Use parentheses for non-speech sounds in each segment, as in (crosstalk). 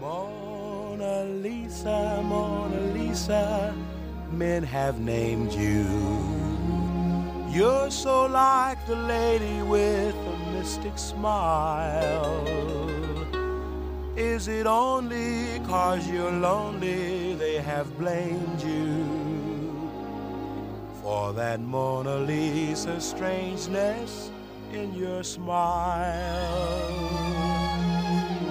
Mona Lisa, Mona Lisa, men have named you. You're so like the lady with a mystic smile. Is it only cause you're lonely they have blamed you for that Mona Lisa strangeness in your smile?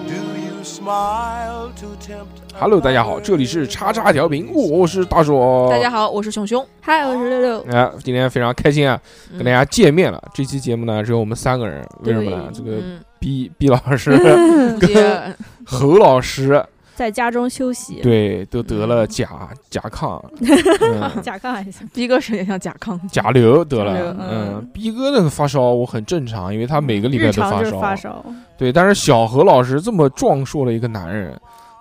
Do you smile to tempt Hello，大家好，这里是叉叉调频，我是大硕。大家好，我是熊熊。嗨，我是六六。啊，今天非常开心啊，嗯跟大家见面了。这期节目呢，只有我们三个人，为什么呢？对这个嗯，毕毕老师、 (laughs) 嗯，跟姐侯老师，在家中休息，对，嗯都得了甲甲 (laughs) 亢，嗯甲亢还行。 (laughs) 逼哥是有点像甲亢，甲流得甲了流。嗯嗯，毕哥那个发烧我很正常，因为他每个礼拜日都常就是烧。嗯发烧，对，但是小何老师这么壮硕的一个男人，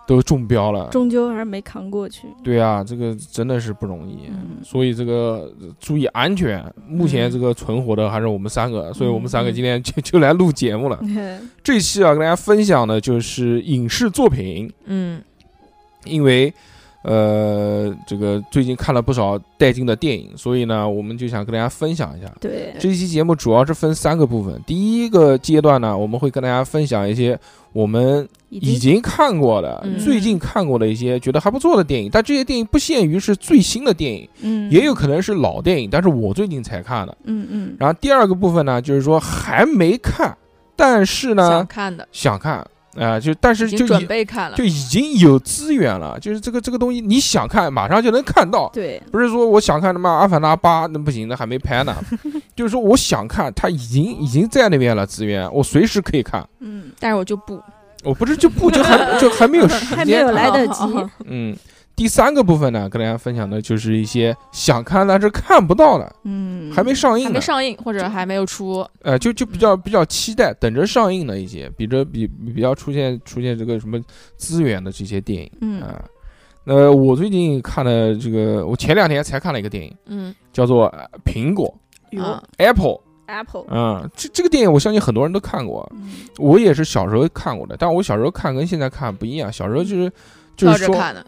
都中标了。终究还是没扛过去。对啊，这个真的是不容易。嗯，所以这个呃注意安全。目前这个存活的还是我们三个，所以我们三个今天就 (laughs) 就来录节目了。嗯这一期啊，跟大家分享的就是影视作品，嗯因为呃，这个最近看了不少带劲的电影，所以呢，我们就想跟大家分享一下。 (laughs) 对，这一期节目主要是分三个部分，第一个阶段呢，我们会跟大家分享一些我们已已经经看过的、嗯最近看过的一些觉得还不错的电影，但这些电影不限于是最新的电影，嗯也有可能是老电影，但是我最近才看的。嗯嗯然后第二个部分呢，就是说还没看，但是想呢看的，想看啊、就但是已就经已准备看了就。已经有资源了，就是这个这个东西你想看，马上就能看 (laughs) 到。对，不是说我想看他妈《阿凡达八》，那不行，那还没拍呢。就是说我想看，它已经已经在那边了，资源我随时可以看。嗯，但是我就不，我不是就不就还就还没有时还没间有看来得 (laughs) 及。哦嗯，第三个部分呢，跟大家分享的就是一些想看但是看不到的，嗯，还没上映还的没，上映或者还没有出，呃，就就比较比较期待，等着上映的一些，比着比比较出现出现这个什么资源的这些电影嗯啊。那我最近看了这个，我前两天才看了一个电影，嗯叫做呃《苹果有啊 Apple》 Apple，嗯，这这个电影我相信很多人都看过，嗯我也是小时候看过的，但我小时候看跟现在看不一样，小时候就是就跳是着说看的，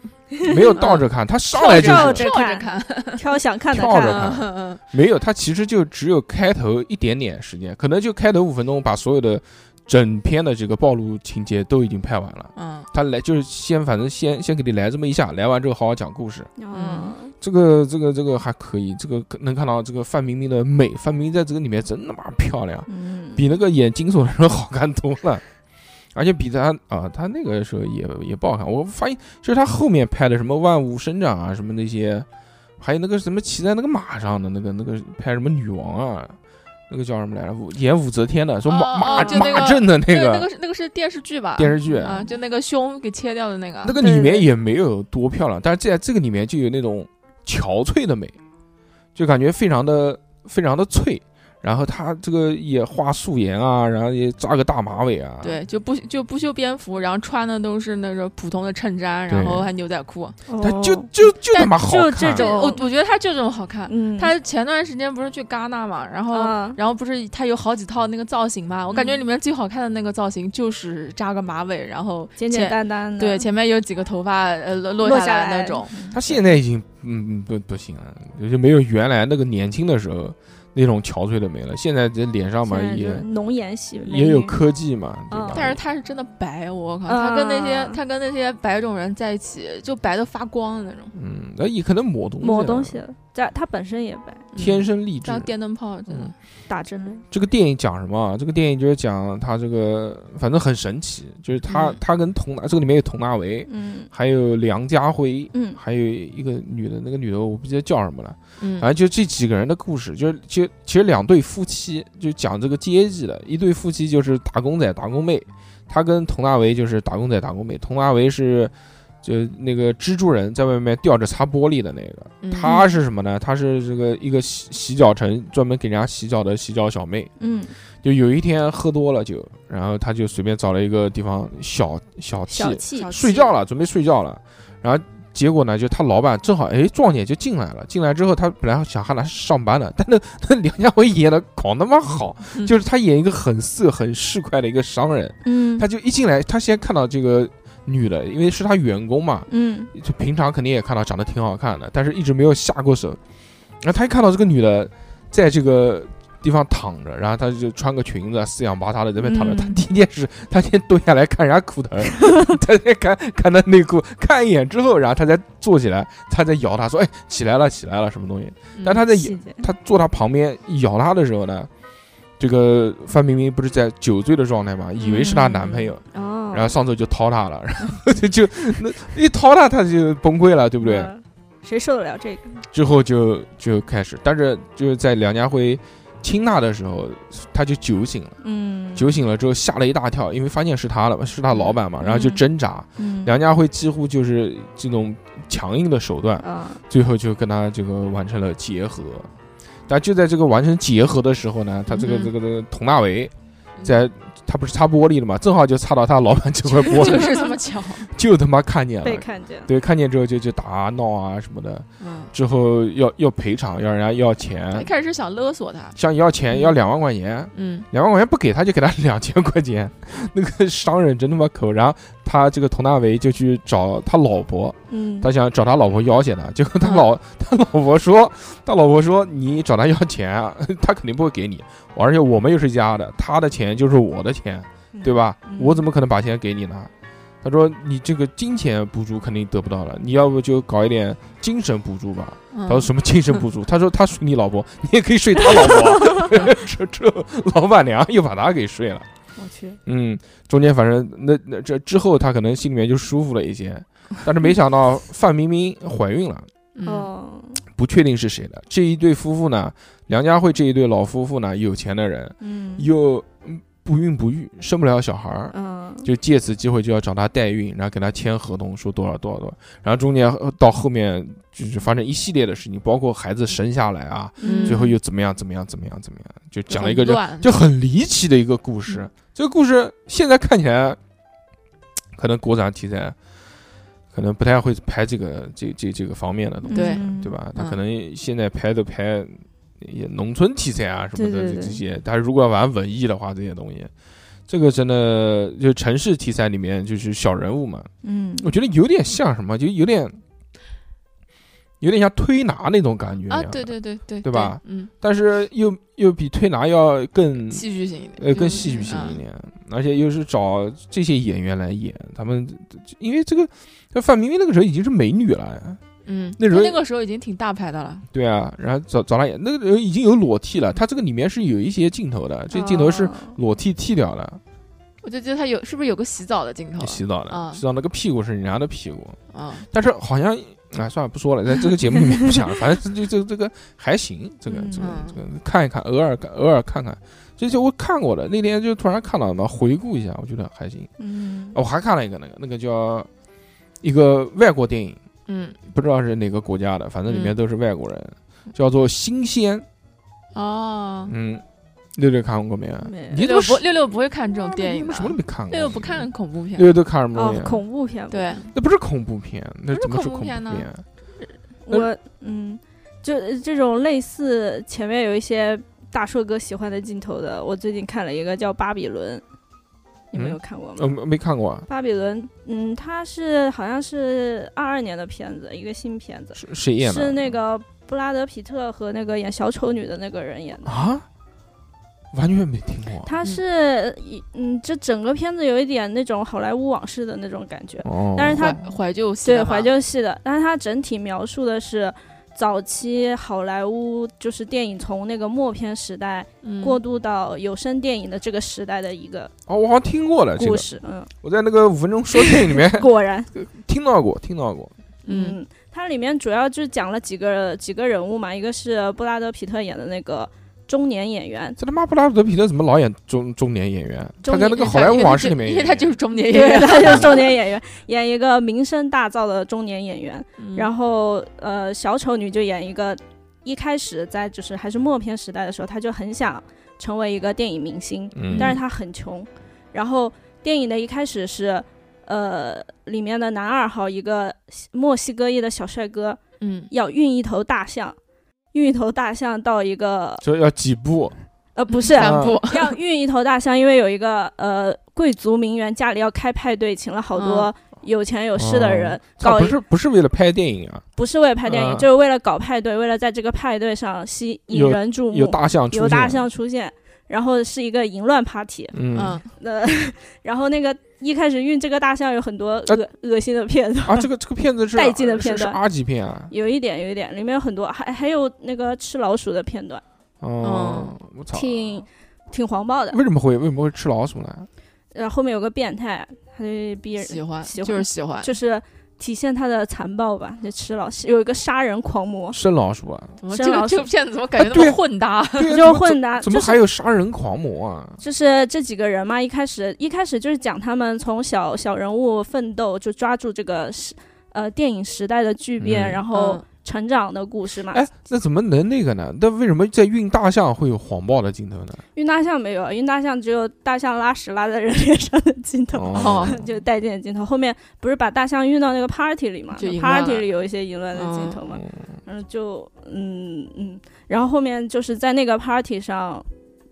没有倒着看，它上来就跳是着跳着看看，挑想看的跳着看，看嗯没有，它其实就只有开头一点点时间，可能就开头五分钟把所有的整篇的这个暴露情节都已经拍完了。 (laughs) 嗯他来就是先，反正先先给你来这么一下，来完之后好好讲故事。嗯，这个这个这个还可以，这个能看到这个范冰冰的美，范冰冰在这个里面真他妈漂亮，嗯，比那个演金锁的人好看多了，而且比她啊，她那个时候也也不好看。我发现就是她后面拍的什么万物生长啊，什么那些，还有那个什么骑在那个马上的那个那个拍什么女王啊，那个叫什么来着？武演武则天的，说马、哦马、哦就那个马阵的那对，那个个是那个是电视剧吧？电视剧。啊，就那个胸给切掉的那个，那个对里对面对也没有多漂亮，但是在这个里面就有那种憔悴的美，就感觉非常的非常的脆。然后她这个也画素颜啊，然后也扎个大马尾啊，对，就不就不修边幅，然后穿的都是那种普通的衬衫，对啊然后还牛仔裤。他哦就就就他但妈好看，就这种我我觉得他就这种好看。嗯，他前段时间不是去戛纳嘛，然后、啊然后不是他有好几套那个造型嘛，我感觉嗯里面最好看的那个造型就是扎个马尾，然后简前简单单的，对，前面有几个头发呃落落啊落下下来那来种，他现在已经嗯不不行了，就没有原来那个年轻的时候那种憔悴的美了。现在这脸上嘛现在就也是浓颜系美也有女科技嘛，对嗯吧？但是他是真的白，我靠，他跟那些、啊他跟那些白种人在一起就白的发光的那种，嗯，那也可能抹东西，抹东西，了，在他本身也白天嗯生丽质像。电灯泡真的，嗯打针了，这个电影讲什么啊？这个电影就是讲他这个，反正很神奇，就是他嗯他跟佟大这个里面有佟大为，嗯还有梁家辉，嗯还有一个女的，那个女的我不记得叫什么了。嗯反正就这几个人的故事，就是就其实两对夫妻，就讲这个阶级的。一对夫妻就是打工仔、打工妹，他跟佟大为就是打工仔、打工妹。佟大为是就那个蜘蛛人在外面吊着擦玻璃的那个，嗯他是什么呢？他是这个一个洗洗脚城专门给人家洗脚的洗脚小妹。嗯，就有一天喝多了酒，然后他就随便找了一个地方小小憩小气小睡觉了，准备睡觉了，然后结果呢，就他老板正好哎撞见就进来了，进来之后他本来想喊他上班的，但那那梁家辉演的搞那么好，嗯就是他演一个很色很市侩的一个商人，嗯他就一进来，他先看到这个。女的，因为是他员工嘛，嗯，就平常肯定也看到长得挺好看的，但是一直没有下过手。然后他一看到这个女的在这个地方躺着，然后他就穿个裙子，啊四仰八叉的在那边躺着。嗯他第一件事，他先蹲下来看人家裤腿儿，他先看看他内裤，看一眼之后，然后他再坐起来，他再摇他说：“哎，起来了，起来了，什么东西嗯？”但他在细节他坐他旁边咬他的时候呢，这个范冰冰不是在酒醉的状态嘛，以为是她男朋友，哦，然后上手就掏她了，然后就就那一掏她，她就崩溃了，对不对？嗯谁受得了这个？之后就就开始，但是就是在梁家辉亲她的时候，他就酒醒了，嗯，酒醒了之后吓了一大跳，因为发现是他了嘛，是他老板嘛，然后就嗯挣扎。嗯梁家辉几乎就是这种强硬的手段，啊，最后就跟他这个完成了结合。但就在这个完成结合的时候呢，他这个嗯这个这个佟大为在他不是擦玻璃了嘛，正好就擦到他老板这块玻 (laughs) 就璃，是这么 (laughs) 巧， (laughs) 就他妈看见被了。看见，对，看见之后就就打啊闹啊什么的，嗯，之后要要赔偿，要人家要一钱，开始是想勒索他，像要钱要两万块钱，嗯两万块钱不给他就给他 (laughs) 两千块钱， (laughs) 那个商人真他妈抠。然后他这个佟大为就去找他老婆，嗯，他想找他老婆要钱的，结果他嗯老、 (laughs) 他老婆说，他老婆说你找他要钱啊， (laughs) 他肯定不会给你，而且我们又是一家的，他的钱就是我的钱，对吧？嗯我怎么可能把钱给你呢？他说你这个金钱补助肯定得不到了，你要不就搞一点精神补助吧。嗯他说什么精神补助？ (laughs) 他说他睡你老婆， (laughs) 你也可以睡他老婆。这这老板娘又把他给睡了。我去，嗯，中间反正那那这之后，她可能心里面就舒服了一些，但是没想到范冰冰怀孕了，嗯哦，不确定是谁的。这一对夫妇呢，梁家辉这一对老夫妇呢，有钱的人嗯，又嗯不孕不育，生不了小孩儿，嗯，就借此机会就要找她代孕，然后给她签合同，说多少多少多少。然后中间呃到后面就是发生一系列的事情，包括孩子生下来啊，嗯最后又怎么样怎么样怎么样怎么样，就讲了一个就就很嗯乱嗯就很离奇的一个故事。这个故事现在看起来，可能国产题材可能不太会拍这个这这这个方面的东西，对嗯对？吧？他嗯可能现在拍都拍也农村题材啊什么的对这对对这些，但是如果要玩文艺的话，这些东西。这个真的就城市题材里面就是小人物嘛，嗯我觉得有点像什么，就有点有点像推拿那种感觉啊一，样对对对对，对吧？嗯，但是又又比推拿要更戏剧性一点，呃，更就戏剧性嗯一点，而且又是找这些演员来演，他们因为这个，这范冰冰那个时候已经是美女了，嗯，那时他候那个时候已经挺大牌的了，对啊，然后找找她演，那个时候已经有裸替了，她这个里面是有一些镜头的，这镜头是啊哦裸替剃掉的，我就觉得他有是不是有个洗澡的镜头？洗澡的，啊洗澡那个屁股是人家的屁股，啊，但是好像。啊，算了，不说了，在这个节目里面不讲 (laughs) 了，反正这这这个还行，这个这个嗯这个看一看，偶尔看偶尔看看，这些我看过的，那天就突然看到嘛，回顾一下，我觉得还行。嗯哦我还看了一个那个那个叫一个外国电影，嗯不知道是哪个国家的，反正里面嗯都是外国人，叫做《新鲜》。哦，嗯，六六看过没有？没有你怎么六六什不六六不会看这种么电影你的，怎么什么都没看过？六六不看，恐怖片六，六都看什么东哦西，？啊恐怖片吧，对，那不是恐怖片，那不是怎么是恐怖恐怖片呢片？我嗯，就呃这种类似前面有一些大硕哥喜欢的镜头的，我最近看了一个叫《巴比伦》，你们嗯有看过吗？呃，没没看过啊，巴比伦，嗯，它是好像是二二年的片子，一个新片子，是谁演的？是那个布拉德皮特和那个演小丑女的那个人演的。啊，完全没听过。它是一嗯，这整个片子有一点那种好莱坞往事的那种感觉，哦，但是他怀怀旧系对的嘛怀，旧系的，但是它整体描述的是早期好莱坞就是电影从那个默片时代嗯过渡到有声电影的这个时代的一个哦，我好像听过了这故个，事。 (laughs) 嗯，我在那个五分钟说电影里 (laughs) 面果然，听到过，听到过。嗯嗯，它里面主要就讲了几个几个人物嘛，一个是布拉德皮特演的那个中年 (laughs) 演员，这他妈布拉德皮特怎么老演中中年演员？他中在那个年因为好他莱因坞为他往事就里面演因为员，他就是中年演对，员，他就是中年演员，演一个名声大噪的中年演员。嗯然后呃，小丑女就演一个一开始在就是还是默片时代的时候，她就很想成为一个电影明星，嗯但是她很穷。然后电影的一开始是呃，里面的男二号一个西墨西哥裔的小帅哥嗯要运一头大象，运一头大象到一个就要几部，呃不是。散步，要运一头大象，因为有一个呃贵族名媛家里要开派对，请了好多有钱有势的人，他搞哦不一是不是为了拍电影啊，不是为了拍电影，啊就是为了搞派对，为了在这个派对上吸引有人注目，有大象出现，有大，象出现，然后是一个淫乱 (laughs) party，嗯嗯，那然后那个一开始运这个大象有很多恶、恶心的片段呃啊，这个这个片 (laughs) 子是带劲的片是是段 R 级片啊，有一点有一点，里面有很多还还有那个吃老鼠的片段，哦，我操，嗯挺挺黄暴的。为什么会为什么会吃老鼠呢？然呃后后面有个变态，他就逼人，喜欢喜欢就是喜欢，就是体现他的残暴吧，就吃老鼠，有一个杀人狂魔，生老鼠 (laughs) 啊？怎么生这个老鼠这个片子怎么感觉啊那对么混搭？对啊，就怎么混搭，怎么就是还有杀人狂魔啊？就是这几个人嘛，一开始一开始就是讲他们从小小人物奋斗，就抓住这个时呃电影时代的巨变，嗯然后嗯，成长的故事嘛。哎，那怎么能那个呢？那为什么在运大象会有谎报的镜头呢？运大象没有，运大象只有大象拉屎拉在人脸上的镜头，嗯哦，就带电的镜头。后面不是把大象运到那个 party 里嘛就淫乱了？party 里有一些淫乱的镜头嘛。啊嗯然后就嗯嗯，然后后面就是在那个 party 上，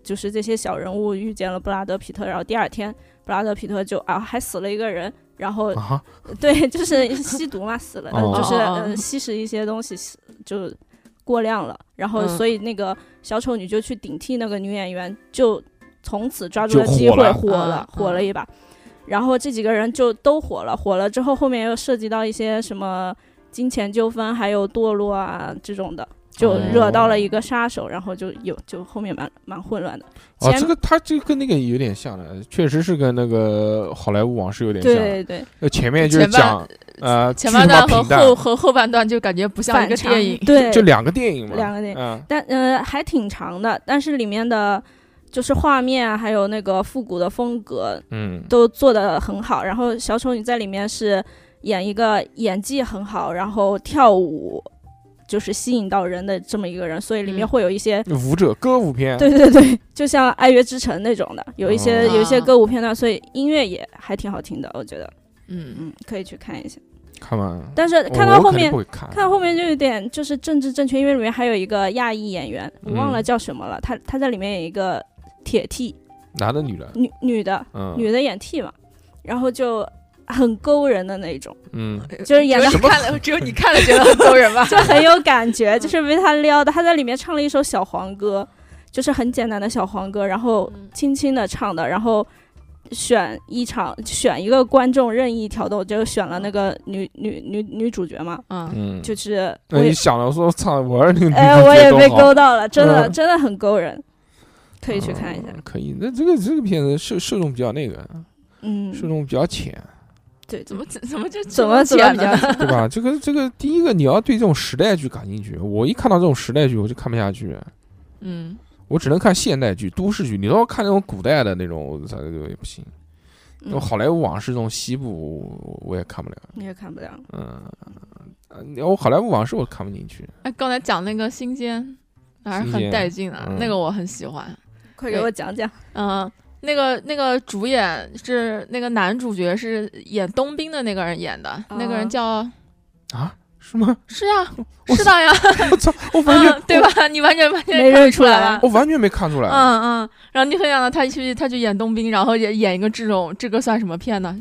就是这些小人物遇见了布拉德皮特，然后第二天布拉德皮特就啊还死了一个人，然后啊， (laughs) 对，就是吸毒嘛，死了，呃哦就是哦哦呃吸食一些东西死就过量了，然后嗯所以那个小丑女就去顶替那个女演员，就从此抓住就了机火会，了火了，嗯火了一把。然后这几个人就都火了，火了之后，后面又涉及到一些什么金钱纠纷，还有堕落啊这种的，就哦惹到了一个杀手，然后就有就后面蛮蛮混乱的。哦，前这个它就跟那个有点像的，确实是跟那个好莱坞往事有点像。对对，呃，前面就是前半讲呃，前巨半他妈段和平淡后和后半段就感觉不像一反个差电影，对，就两个电影嘛，两个电影嗯，但呃还挺长的，但是里面的就是画面啊还有那个复古的风格嗯都做得很好。然后小丑女在里面是演一个演技很好，然后跳舞就是吸引到人的这么一个人，所以里面嗯会有一些、舞者歌舞片，对对对，就像《爱乐之城》那种的，有一些、哦有啊一些歌舞片段，所以音乐也还挺好听的，我觉得，嗯，嗯，可以去看一下。看完但是我看到哦我后肯定面不。会看，看后面就有点就是政治正确，因为里面还有一个亚裔演员，我忘了嗯叫什么了，他他在里面有一个铁 T 男的女的，女女的嗯女的演 T 嘛，然后就很勾人的那 (laughs) 种，嗯，就是演得只有你看了，只有你看了觉得很勾人吧？就很有感觉，嗯就是被他撩的。他在里面唱了一首小黄歌，就是很简单的小黄歌，然后嗯轻轻的唱的，然后。选一场，选一个观众任意挑逗，就选了那个女女女女主角嘛，嗯，嗯，就是那我你也想了说，操，我是那个女哎，主我角也多被好勾到了，真的、嗯真的很勾人，可以去看一下。嗯可以。那这个这个片子受受众比较那个，嗯，受众比较浅，对，怎么怎么就怎么怎怎么么比较对吧？这个这个，第一个你要对这种时代剧感兴趣，我一看到这种时代剧我就看不下去。 (laughs) 嗯，我只能看现代剧、都市剧。你要看那种古代的那种，我操，这个也不行。那种嗯好莱坞往事这种西部，我我也看不了。你也看不了。嗯，呃你我好莱坞往事我看不进去。哎，刚才讲那个新鲜，还是新很鲜带劲的嗯，那个我很喜欢。快给对我讲讲，嗯，那个那个主演是那个男主角是演冬兵的那个人演的，那个人啊叫是吗？是呀，我是的呀，我操！我完全嗯， (laughs) 对？吧？你完全完全看没认不出出来来吧？我我完全没看出来。嗯嗯，然后你很想到他去他去演冬兵，然后也演一个这种这个算什么片呢？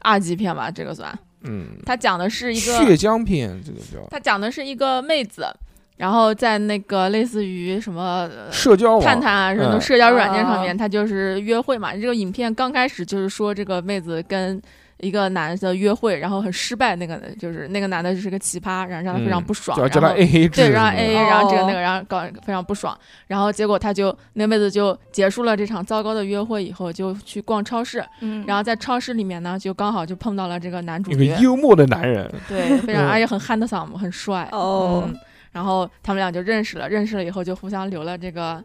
二级片吧，这个算。嗯，他讲的是一个血浆片这个叫他讲的是一个妹子，然后在那个类似于什么呃社交网探探啊什么嗯社交软件上面，她就是约会嘛。这个影片刚开始就是说这个妹子跟一个男的约会，然后很失败，那个就是那个男的就是个奇葩，然后让她非常嗯不爽，叫叫他然后 A A 制对，什然后么的。 A，然后这个哦那个，然后搞非常不爽，然后结果她就那妹子就结束了这场糟糕的约会以后，就去逛超市，嗯然后在超市里面呢，就刚好就碰到了这个男主一个角，幽默的男人，对，非常嗯而且很憨的嗓，很帅哦嗯然后他们俩就认识了，认识了以后就互相留了这个，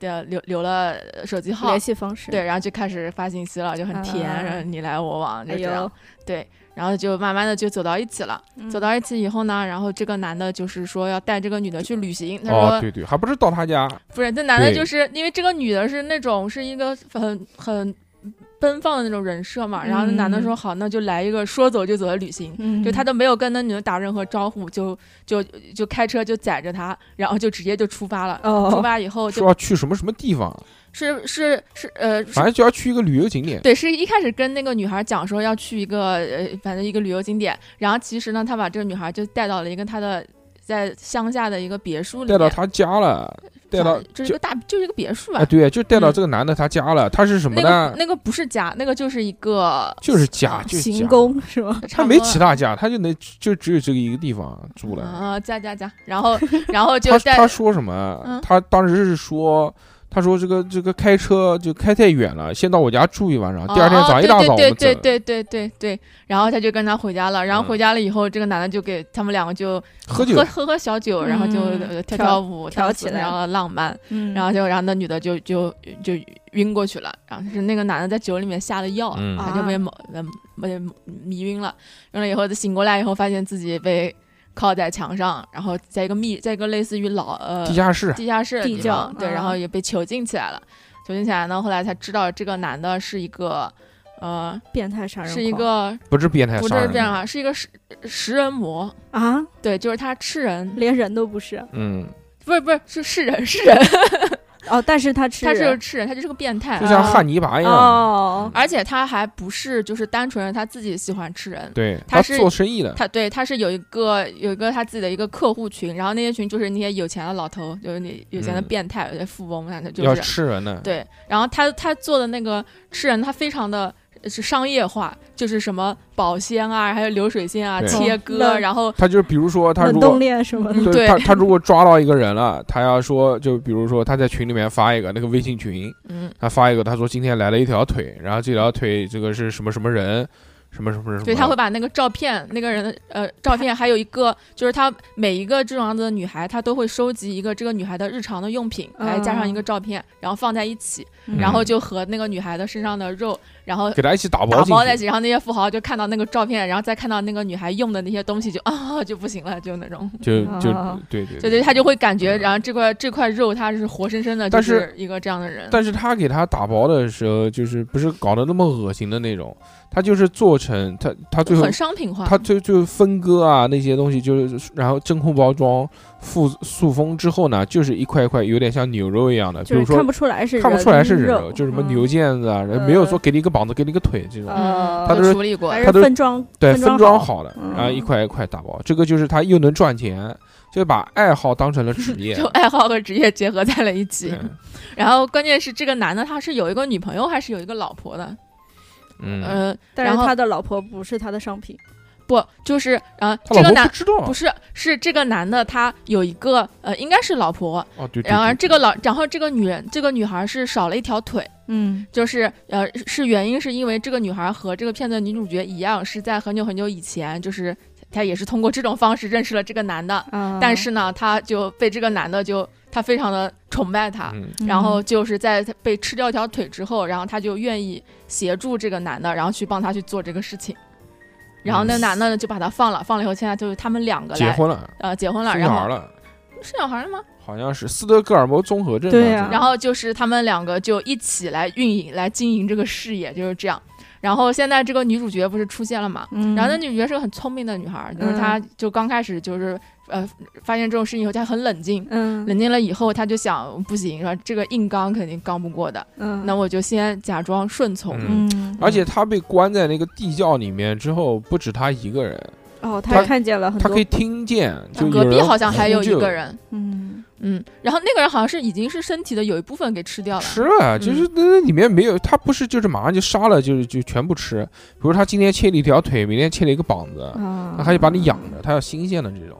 的留留了手机号联，系方式。对，，然后就开始发信息了，就很甜，啊然后你来我往，就哎这样，呦，嗯对，然后就慢慢的就走到一起了。走到一起以后呢，然后这个男的就是说要带这个女的去旅行，他说、哦，对对，还不是到他家，不是，这男的对就是因为这个女的是那种是一个很很奔放的那种人设嘛，然后那男的说嗯好，那就来一个说走就走的旅行。嗯，就他都没有跟那女的打任何招呼，就就就开车就载着她，然后就直接就出发了。出哦，发以后说就要去什么什么地方，是是是呃，是反正就要去一个旅游景点，对，是一开始跟那个女孩讲说要去一个呃，反正一个旅游景点，然后其实呢，他把这个女孩就带到了一个他的在乡下的一个别墅里带面，到他家了，带到就是一就个大就是一个别墅吧。啊，对，就带到嗯这个男的他家了。他是什么那个啊呢？那个不是家，那个就是一个就是家，就是行家。宫是吗？他没其他家，他就能就只有这个一个地方住了。啊，家家家，然后然后就他带他说什么？嗯他当时是说，他说这个这个开车就开太远了，先到我家住一晚上，第二天早上一大早我啊哦对们走对。对对对对对，然后他就跟他回家了，然后嗯回家了以后，这个男的就给他们两个就喝酒喝喝喝小酒，然后就嗯呃跳跳跳舞、跳跳起起来，来然后浪漫，嗯然后就然后那女的就就就晕过去了，然后是那个男的在酒里面下了药，嗯他就被蒙呃被迷晕了，晕了以后醒过来以后，发现自己被靠在墙上，然后在一个密，在一个类似于老呃地下室，地下室的地地方窖对，然嗯后也被囚禁起来了。囚禁起来呢，后来才知道这个男的是一个，呃，变态杀人是一狂个不是变态不杀是人。这样啊，是一个食食人魔，啊，对，就是他吃人，连人都不是嗯，不是不是是是人是人，哦，但是他吃他是人吃人，他就是个变态就，像啊汉尼拔一样。哦，而且他还不是就是单纯的他自己喜欢吃人。对，他他是做生意的，他对他是有一个有一个他自己的一个客户群，然后那些群就是那些有钱的老头，就是那有钱的嗯变态，有些富翁，那就要是吃人的。对，然后他他做的那个吃人，他非常的是商业化，就是什么保鲜啊，还有流水线啊、对切哦割，那然后他就是比如说，他冷如冻果链什 (laughs) 么的，就是对他他如果抓到一个人了，他要说就比如说他在群里面发一个那个微信群，嗯，他发一个他说今天来了一条腿，然后这条腿这个是什么什么人，什么什么什么，对，他会把那个照片，那个人的呃照片，还有一个就是他每一个这种样子的女孩，他都会收集一个这个女孩的日常的用品，来加上一哦个照片，然后放在一起，嗯嗯然后就和那个女孩的身上的肉，然后。给他一起打包打进包在一去，起，然后那些富豪就看到那个照片，然后再看到那个女孩用的那些东西就，啊就不行了，就那种。就就啊对对嗯对对，他就会感觉，嗯然后这块这块肉它是活生生的，就但是是一个这样的人。但是他给他打包的时候，就是不是搞得那么恶心的那种，他就是做成他他最后很商品化，他就就分割啊那些东西，就是然后真空包装塑塑封之后呢，就是一块一块有点像牛肉一样的，比就如是说看不出来是看不出来是人肉，肉，就是什么嗯牛腱子啊，嗯没有说给你一个膀子，给你一个腿这种，嗯，呃他都就是处理过还，他是都是分装对，分分装装好好的，啊嗯然后一块一块打包，这个就是他又能赚钱，就把爱好当成了 (laughs) 职业就。爱好和职业结合在了一起。嗯然后关键是这个男的他是有一个女朋友还是有一个老婆的？嗯，呃，但是然后他的老婆不是他的商品，不，就是呃，他老这个婆男不知道啊不是是这个男的他有一个呃，应该是老婆，哦，对。对然而对这个老，然后这个女人这个女孩是少了一条腿。嗯，就是呃，是原因是因为这个女孩和这个片子的女主角一样，是在很久很久以前，就是她也是通过这种方式认识了这个男的，啊嗯但是呢，她就被这个男的就她非常的崇拜他，嗯然后就是在她被吃掉一条腿之后，然后她就愿意协助这个男的，然后去帮他去做这个事情，然后那嗯男的呢就把他放了，放了以后现在就是他们两个结来婚了，呃结婚了，生然小孩后了，是小孩了吗？好像是斯德哥尔摩综合症吧。对呀这个然后就是他们两个就一起来运营、来经营这个事业，就是这样。然后现在这个女主角不是出现了嘛？嗯，然后那女主角是个很聪明的女孩儿，就是嗯她就刚开始就是呃发现这种事情以后，她很冷静，嗯冷静了以后，她就想不行，说这个硬刚肯定刚不过的，嗯，那我就先假装顺从。嗯嗯，而且他被关在那个地窖里面之后，不止他一个人，哦，他他看见了很他多可以，听见，就嗯隔有壁人好像还有呼一救个人，嗯，嗯，然后那个人好像是已经是身体的有一部分给吃掉了，吃了，啊就是嗯那那里面没有，他不是就是马上就杀了，就是就全部吃。比如他今天切了一条腿，明天切了一个膀子，啊那他就把你养着，他要新鲜的这种。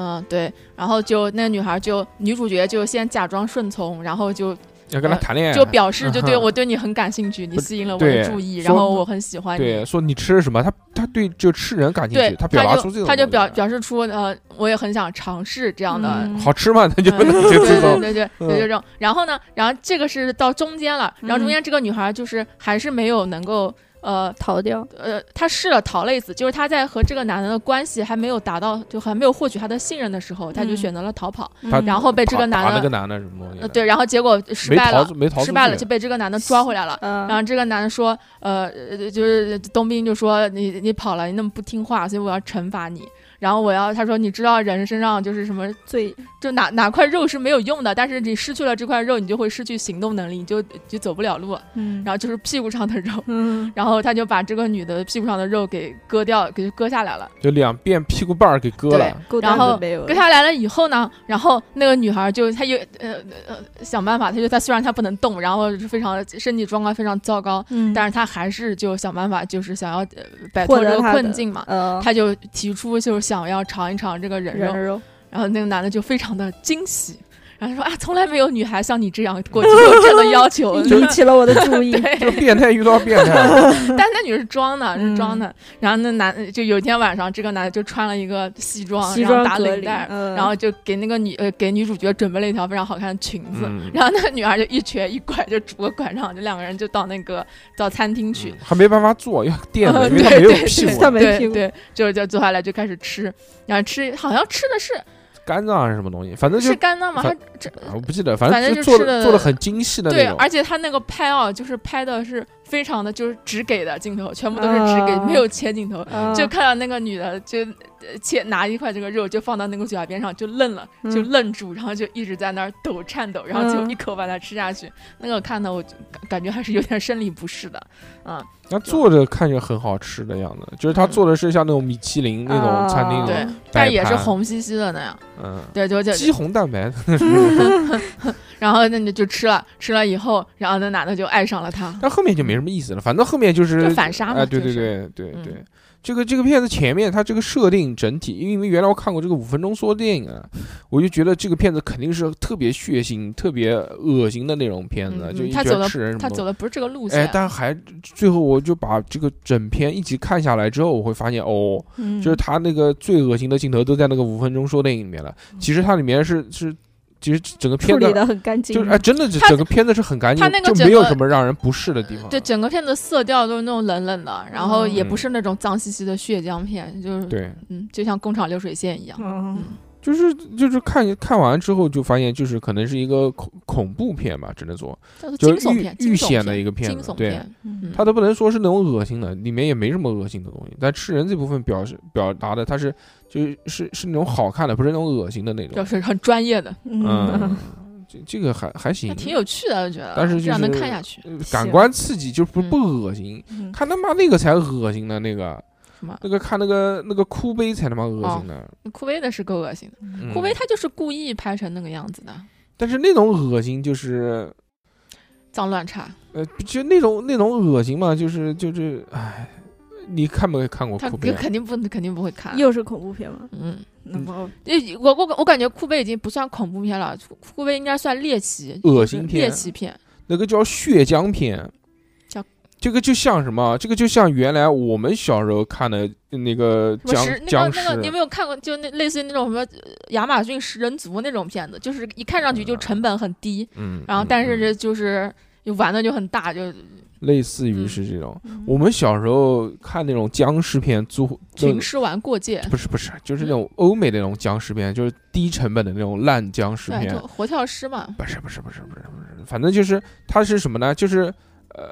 嗯，对，然后就那个女孩就女主角就先假装顺从，然后就要跟他呃谈恋 (laughs) 爱，就表示就对嗯哼我对你很感兴趣，你不吸引了我的对注意，说然后我很喜欢你对。说你吃了什么，他他对就吃人感兴对趣，，表达出这就种他就东西表来表示出呃，我也很想尝试这样的，嗯好吃嘛，他 (laughs) 就嗯就对这对种，对对对，嗯就这种。嗯然后呢，然后这个是到中间了，然后中间这个女孩就是还是没有能够呃逃掉，呃，她试了逃了一次，就是她在和这个男的的关系还没有达到，就还没有获取他的信任的时候，她就嗯选择了逃跑，他然后被这个打啊打男那个的，男的什么东西呃的？对，然后结果失没败逃了出，，没逃出去，失败了就被这个男的抓回来了。嗯，然后这个男的说，呃，呃就是冬兵就说你你跑了，你那么不听话，所以我要惩罚你。然后我要他说你知道人身上就是什么，最就哪哪块肉是没有用的，但是你失去了这块肉，你就会失去行动能力，你就就走不了路。嗯，然后就是屁股上的肉，嗯然后他就把这个女的屁股上的肉给割掉，给割下来了。就两遍屁股蛋儿给割了。够然大的后没有割了，下来了以后呢，然后那个女孩就她有呃呃想办法，她就她虽然她不能动，然后是非常身体状况非常糟糕，嗯但是是她还是就想办法，就是想要呃摆脱获这得个她困的境嘛。呃，她就提出就是想要尝一尝这个人肉，人肉，然后那个男的就非常的惊喜，然后说啊，从来没有女孩像你这样过提出这样的要求。 (laughs) 引起了我的注意， (laughs) 对，这变态遇到变 (laughs) 态，但那女是装的，是嗯装的。然后那男就有一天晚上，这个男的就穿了一个西装，西然后装打革领履，带，嗯然后就给那个女呃给女主角准备了一条非常好看的裙子。嗯然后那个女孩就一瘸一拐，就拄个拐杖，就两个人就到那个到餐厅去，嗯还没办法坐，要垫着，嗯因为他对没有对屁对股啊，没对屁股对，就是就坐下来就开始吃，然后吃好像吃的是肝脏啊还是什么东西，反正就是肝脏吗？反还这啊我不记得，反正反正就就做吃的的做的很精细的对，那种。而且他那个拍啊，就是拍的是非常的，就是只给的镜头，全部都是只给，啊没有切镜头。嗯就看到那个女的就呃切拿一块这个肉，就放到那个嘴巴边上，就愣了，嗯就愣住，然后就一直在那儿抖颤抖，然后就一口把它吃下去。那个看的我就感感觉还是有点生理不适的，嗯，那做着看着很好吃的样子，就是他做的是像那种米其林那种餐厅哦那对种，，但也是摆盘红兮兮的那样，嗯，对，就就鸡红蛋白。然后那你就吃了，吃了以后，然后那男的就爱上了她，但后面就没什么意思了，反正后面就是就反杀嘛哎，对就对是对对嗯对，这个这个片子前面它这个设定整体，因为原来我看过这个五分钟缩电影啊，我就觉得这个片子肯定是特别血腥、特别恶心的那种片子，嗯就嗯一他直走的吃人什他么走的。的不是这个路线哎，，但还最后我就把这个整片一集看下来之后，我会发现哦，嗯就是嗯他那个最恶心的镜头都在那个五分钟说电影里面了。嗯其实它里面是是，其实整个处片理子的很干净，就是哎，真的是它整个片子是很干净它那，个就整没有个什么让人不适的地方。对，整个片子色调都是那种冷冷的，然后也嗯不是那种脏兮兮的血浆片，就是对，嗯，就像工厂流水线一样。嗯就是就是看看完之后就发现，就是可能是一个恐恐怖片吧，只能说叫做惊就是悚遇片，惊遇悚险片的一个片惊子悚。对，片，嗯它都不能说是那种恶心的，里面也没什么恶心的东西。但吃人这部分表示表达的，它是就是是是那种好看的，不是那种恶心的那就种。是很专业的，嗯，这这个还还行还，挺有趣的，我觉得，但是就这样能看是下去。呃感官刺激，就不嗯不恶心。嗯看他妈那个才恶心呢，那个什么哦那个看那个那个哭悲才他妈恶心呢。库威的是够恶心的，嗯库威他就是故意拍成那个样子的，但是那种恶心就是脏乱差。呃，就那种那种恶心嘛，就是就是，哎，你看没看过他哭悲啊？肯定不肯定不会看。嗯又是恐怖片吗？嗯，那么诶我我我感觉库贝已经不算恐怖片了，库贝应该算猎奇恶心猎片，奇片。那个叫血浆片叫。这个就像什么？这个就像原来我们小时候看的那个什么僵食那僵个尸那，个，你有没有看过？就那类似于那种什么呃亚马逊食人族那种片子，就是一看上去就成本很低，嗯，然后但是嗯这就是就玩的就很大，就类似嗯于是这种，嗯我们小时候看那种僵尸片， (laughs) 租群尸玩过界，不是不是，就是那种欧美的那种僵尸片，就是低成本的那种烂僵尸对，片就，活跳尸嘛，不是不是不是不是不是，反正就是它是什么呢？就是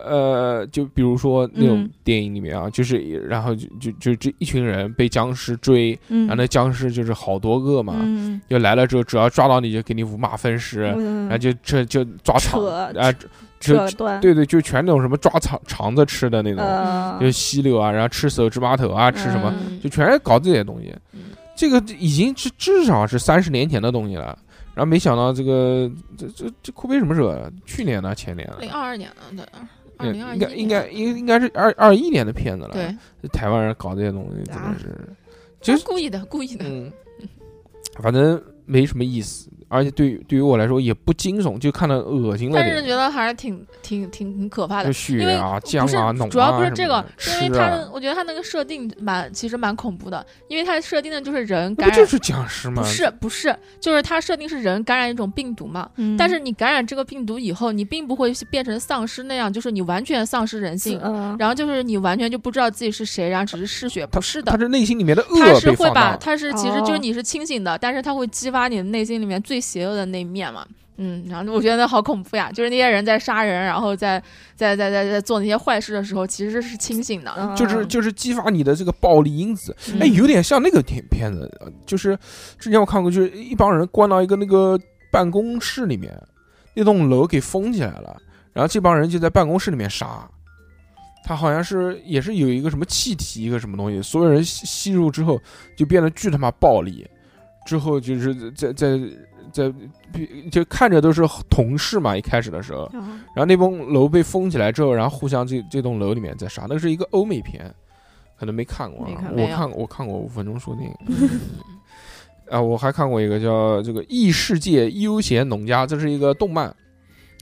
呃，就比如说那种嗯电影里面啊，就是然后就就就这一群人被僵尸追，嗯然后那僵尸就是好多个嘛，嗯，就来了之后，只要抓到你就给你五马分尸，然然后就这就抓肠扯啊、就扯断，对对，就全那种什么抓肠肠子吃的那种，呃，就吸溜啊，然后吃手指码头啊，吃什么，嗯就全是搞这些东西嗯。这个已经至至少是三十年前的东西了。然后没想到这个这这这库贝什么时候啊？去年呢？前年啊？零二二年的，对，二嗯零二应一该应该应应该是二二一年的片子了。对，这台湾人搞这些东西真的啊是，就就是 (laughs) 嗯故意的，故意的，嗯，反正没什么意思。而且对于对于我来说也不惊悚，就看得恶心了但是点，觉得还是挺挺挺挺可怕的就。血因为啊、姜不是啊、脓啊，主要不是这个，什是么因的吃为它啊的，我觉得它那个设定蛮，其实蛮恐怖的，因为它设定的就是人那不感就染，是僵尸吗？不是不是，就是它设定是人感染一种病毒嘛。嗯但是你感染这个病毒以后，你并不会变成丧尸那样，就是你完全丧失人性，嗯然后就是你完全就不知道自己是谁，然后只是嗜血，不是他的。这内心里面的它恶是被会放大把，了，它是其实就是哦你是清醒的，但是它会激发你内心里面最邪恶的那一面嘛。嗯，然后我觉得好恐怖呀！就是那些人在杀人，然后在在在在在做那些坏事的时候，其实是清醒的。嗯就是就是激发你的这个暴力因子。嗯哎，有点像那个片片子，呃就是之前我看过，就是一帮人关到一个那个办公室里面，那栋楼给封起来了，然后这帮人就在办公室里面杀。他好像是也是有一个什么气体，一个什么东西，所有人吸吸入之后就变得巨他妈暴力，之后就是在在在就看着都是同事嘛，一开始的时候，嗯然后那栋楼被封起来之后，然后互相这这栋楼里面在杀，那是一个欧美片，可能没看过没啊看。我没有看过，我看过五分钟说电影。啊，我还看过一个叫这个《异世界悠闲农家》，这是一个动漫，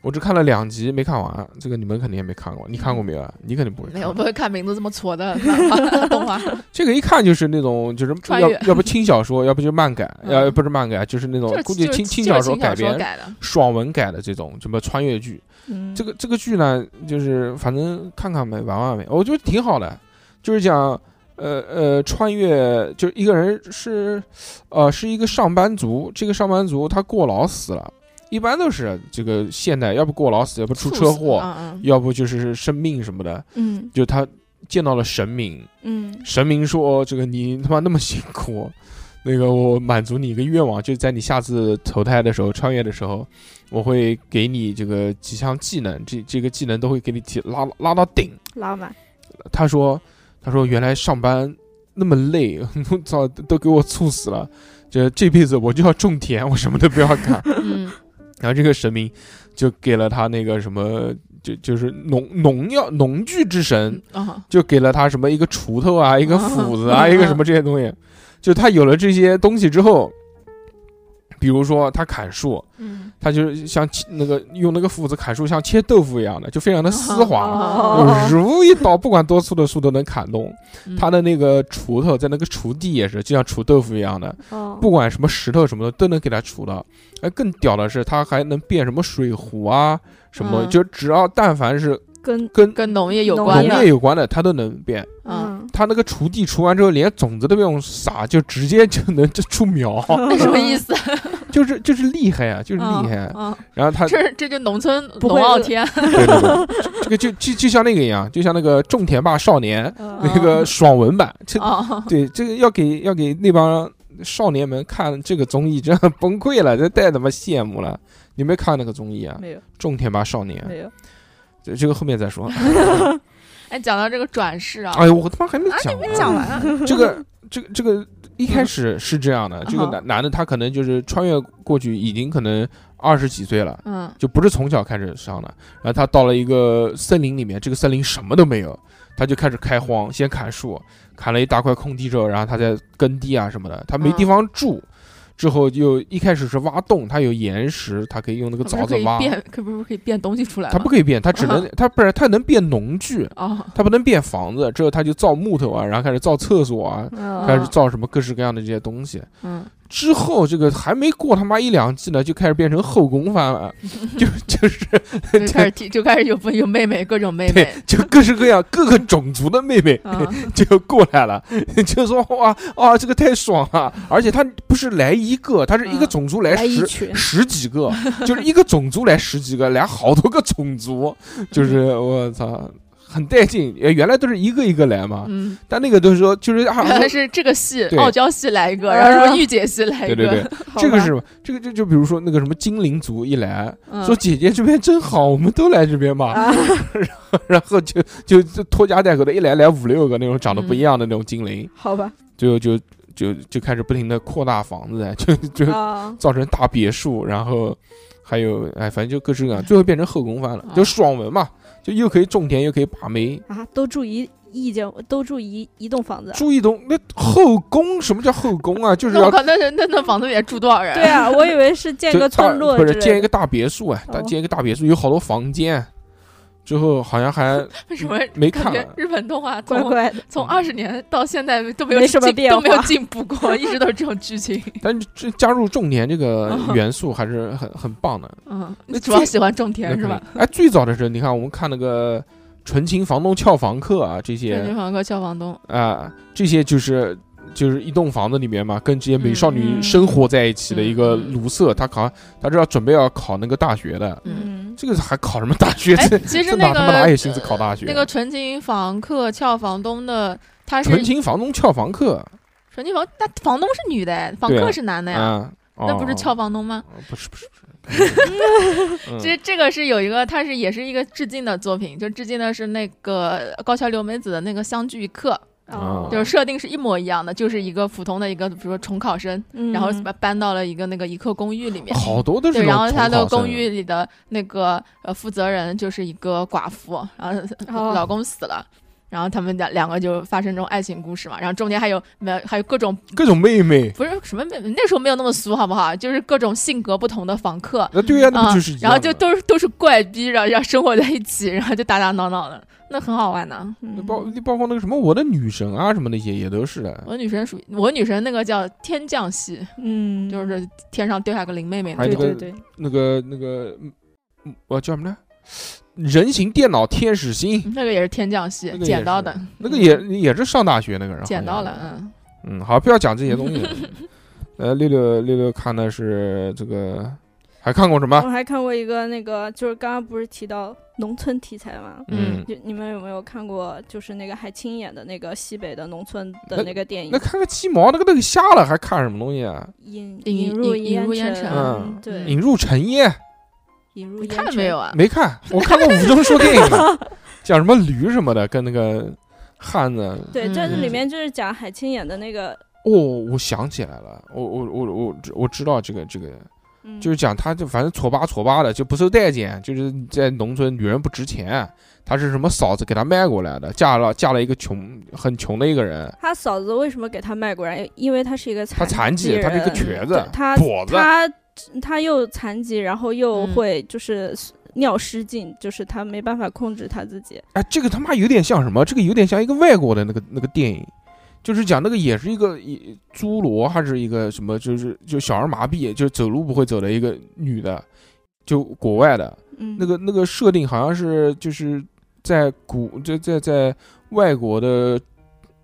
我只看了两集没看完。这个你们肯定也没看过，你看过没有啊？你肯定不会看。 (laughs) 没有，不会看名字这么挫的漫 (laughs) 画动画。这个一看就是那种就是穿要越要不轻小说，要不就漫改， (laughs) 嗯要不是漫改就是那种就是估计就是轻轻小说说改编改的，爽文改的这种什么穿越剧。嗯这个这个剧呢，就是反正看看呗，玩玩呗，我觉得挺好的，就是讲。呃呃，穿越就是一个人是，呃，是一个上班族。这个上班族他过劳死了，一般都是这个现代，要不过劳死，要不出猝车死祸，嗯嗯要不就是生病什么的。嗯就他见到了神明，嗯神明说：“这个你他妈那么辛苦， (laughs) 那个我满足你一个愿望，就在你下次投胎的时候、穿越的时候，我会给你这个几项技能，这这个技能都会给你提拉拉到顶。拉满，”他说：“他说原来上班那么累， (laughs) 我操，都给我猝死了。这这辈子我就要种田，我什么都不要干。” (laughs) 嗯，然后这个神明就给了他那个什么，就就是农农药农具之神，嗯啊就给了他什么一个锄头 (laughs) 啊，一个斧子啊，嗯一个什么这些东西。就他有了这些东西之后，比如说他砍树，嗯，他就是像切那个用那个斧子砍树，像切豆腐一样的，就非常的丝滑，哦如一刀，不管多粗的树都能砍动。嗯他的那个锄头在那个锄地也是，就像锄豆腐一样的，哦不管什么石头什么的都能给他锄到。哎，更屌的是，他还能变什么水壶啊，什么东西，嗯就只要但凡是跟跟跟农业有农农关的业，有关的，他都能变。嗯，嗯他那个锄地锄完之后，连种子都不用撒，就直接就能就出 (laughs) 苗，那什么嗯意思？就是就是厉害啊，就是厉害。嗯，哦然后他这这就农村不会龙傲天，对对对，这个就就就像那个一样，就像那个种田吧少年嗯那个爽文版，这哦，对这个要给要给那帮少年们看这个综艺，真的崩溃了，这太他妈羡慕了。你没看那个综艺啊？没有种田吧少年，没有，这这个后面再说。哎，讲到这个转世啊，哎呦，我他妈还没讲完。讲完了， (laughs) 这个这个这个一嗯开始是这样的，这个好男男的他可能就是穿越过去，已经可能二十几岁了，嗯就不是从小开始上的。然后他到了一个森林里面，这个森林什么都没有，他就开始开荒，先砍树，砍了一大块空地之后，然后他再耕地啊什么的，他没嗯地方住。之后就一开始是挖洞，他有岩石，他可以用那个不是凿可子以挖。变，啊可不是可以变东西出来他吗？不可以变，他只能他不是他能变农具，哦，他不能变房子。之后他就造木头啊，然后开始造厕所啊，嗯开始造什么各式各样的这些东西。 (laughs) 嗯，之后这个还没过他妈一两季呢，就开始变成后宫番了，就就是就开始提就开始有有妹妹，各种妹对 (laughs) 妹，，就各式各样各个种族的妹妹啊，就过来了， (laughs) 就说哇啊这个太爽了，而且他不是来一个，他是一个嗯种族来来一十。 (laughs) 群，十几个，就是一个种族来十几个，来好多个种族，就是我操，很带劲。呃原来都是一个一个来嘛， (laughs) 嗯，但那个都是说就是啊，原来 (laughs) 是这个戏，对傲娇戏来一个，嗯然后什么御姐戏来对一对对个，，好这个吧是什么这个就就比如说那个什么精灵族一来，嗯说姐姐这边真好，我们都来这边嘛，啊 (laughs) 然后就就就拖家带口的，一来来五六个那种长得不一样的那种精灵，(laughs) 好吧最后就就就开始不停的扩大房子， (laughs) 就就啊造成大别墅，然后还有哎，反正就各嗯式各样，最后变成后宫番了啊，就爽文嘛，就又可以种田又可以把妹，啊都住一一间都住一一栋房子啊。住一栋那后宫，什么叫后宫啊？就是那要我靠，那是那那房子里面住多少人？对啊，我以为是建就个大村落不之是类建一的个大别墅啊，哦他建一个大别墅，有好多房间，之后好像还 (laughs) 为什么没感觉看日本动画怪从怪的。嗯从二十年到现在都没有没什么进变都没有化进步过， (laughs) 一直都是这种剧 (laughs) 情。但是这加入种田这 (laughs) 个元素还是很很棒的。嗯，那你主要最喜欢种那田可是吧？能？哎，最早的时候，你看我们看那个《纯情房东俏房客》啊，这感觉些房客俏房东，啊、这些就是就是一栋房子里面嘛，跟这些美少女嗯生活在一起的一个嗯卢瑟，他考他是要准备要考那个大学的，嗯，嗯，这个还考什么大学？哎这其实这那哪他妈哪个有心思考大学？啊那个纯情房客俏房东的，他是纯情房东俏房客纯情房，但房东是女的，房对啊客是男的哎呀，啊，那不是哦俏房东吗？哦不是不是不 (laughs) 是，嗯其实这个是有一个，它是也是一个致敬的作品，就致敬的是那个高桥留美子的那个《相聚一刻嗯哦》，就是设定是一模一样的，就是一个普通的一个，比如说重考生，然后嗯搬搬到了一个那个一刻公寓里面。好多都是对，这种然后他的重考生公寓里的那个呃负责人就是一个寡妇，然后 (laughs) 哦老公死了。然后他们两两个就发生这种爱情故事嘛，然后中间还有没有还有各种各种妹妹，不是什么没那时候没有那么俗好不好？就是各种性格不同的房客，那对呀，那啊，不就是一样的然后就都是都是怪逼，然后然后生活在一起，然后就打打闹闹的，那很好玩的。嗯那包嗯包括那个什么我的女神啊什么那些也都是的，我女神属于我女神那个叫天降系，嗯，就是天上掉下个林妹妹那还有对种。那对个啊对，那个那个嗯嗯我叫什么来？人形电脑天使星，那个也是天降系那个也捡是到的，那个也也是上大学那个人，嗯捡到了，好像嗯，嗯，好，不要讲这些东西 (laughs) 了。呃，六六六六看的是这个，还看过什么？我还看过一个那个，就是刚刚不是提到农村题材吗？嗯嗯，就你们有没有看过，就是那个海清演的那个西北的农村那的那个电影那看个鸡毛，那个那个瞎了，还看什么东西啊？ 《引引入引入烟尘嗯对，引入尘烟引入你烟看了尘没有？啊？没看，我看过 (laughs) 吴中说电影的，讲什么驴什么的，跟那个汉子对，这嗯里面就是讲海清演的那个，哦，我想起来了，我我我我我知道这个这个，嗯就是讲他就反正挫吧挫吧的，就不受待见，就是在农村女人不值钱，他是什么嫂子给他卖过来的，嫁了嫁了一个穷很穷的一个人，他嫂子为什么给他卖过来？因为他是一个他残疾，疾人，他是一个瘸子对，他跛子，他他又残疾，然后又嗯会就是尿失禁，就是他没办法控制他自己。哎，这个他妈有点像什么？这个有点像一个外国的那个那个电影。就是讲那个也是一个一侏罗还是一个什么，就是就小儿麻痹，就走路不会走的一个女的，就国外的，嗯，那个那个设定好像是就是在古在在在外国的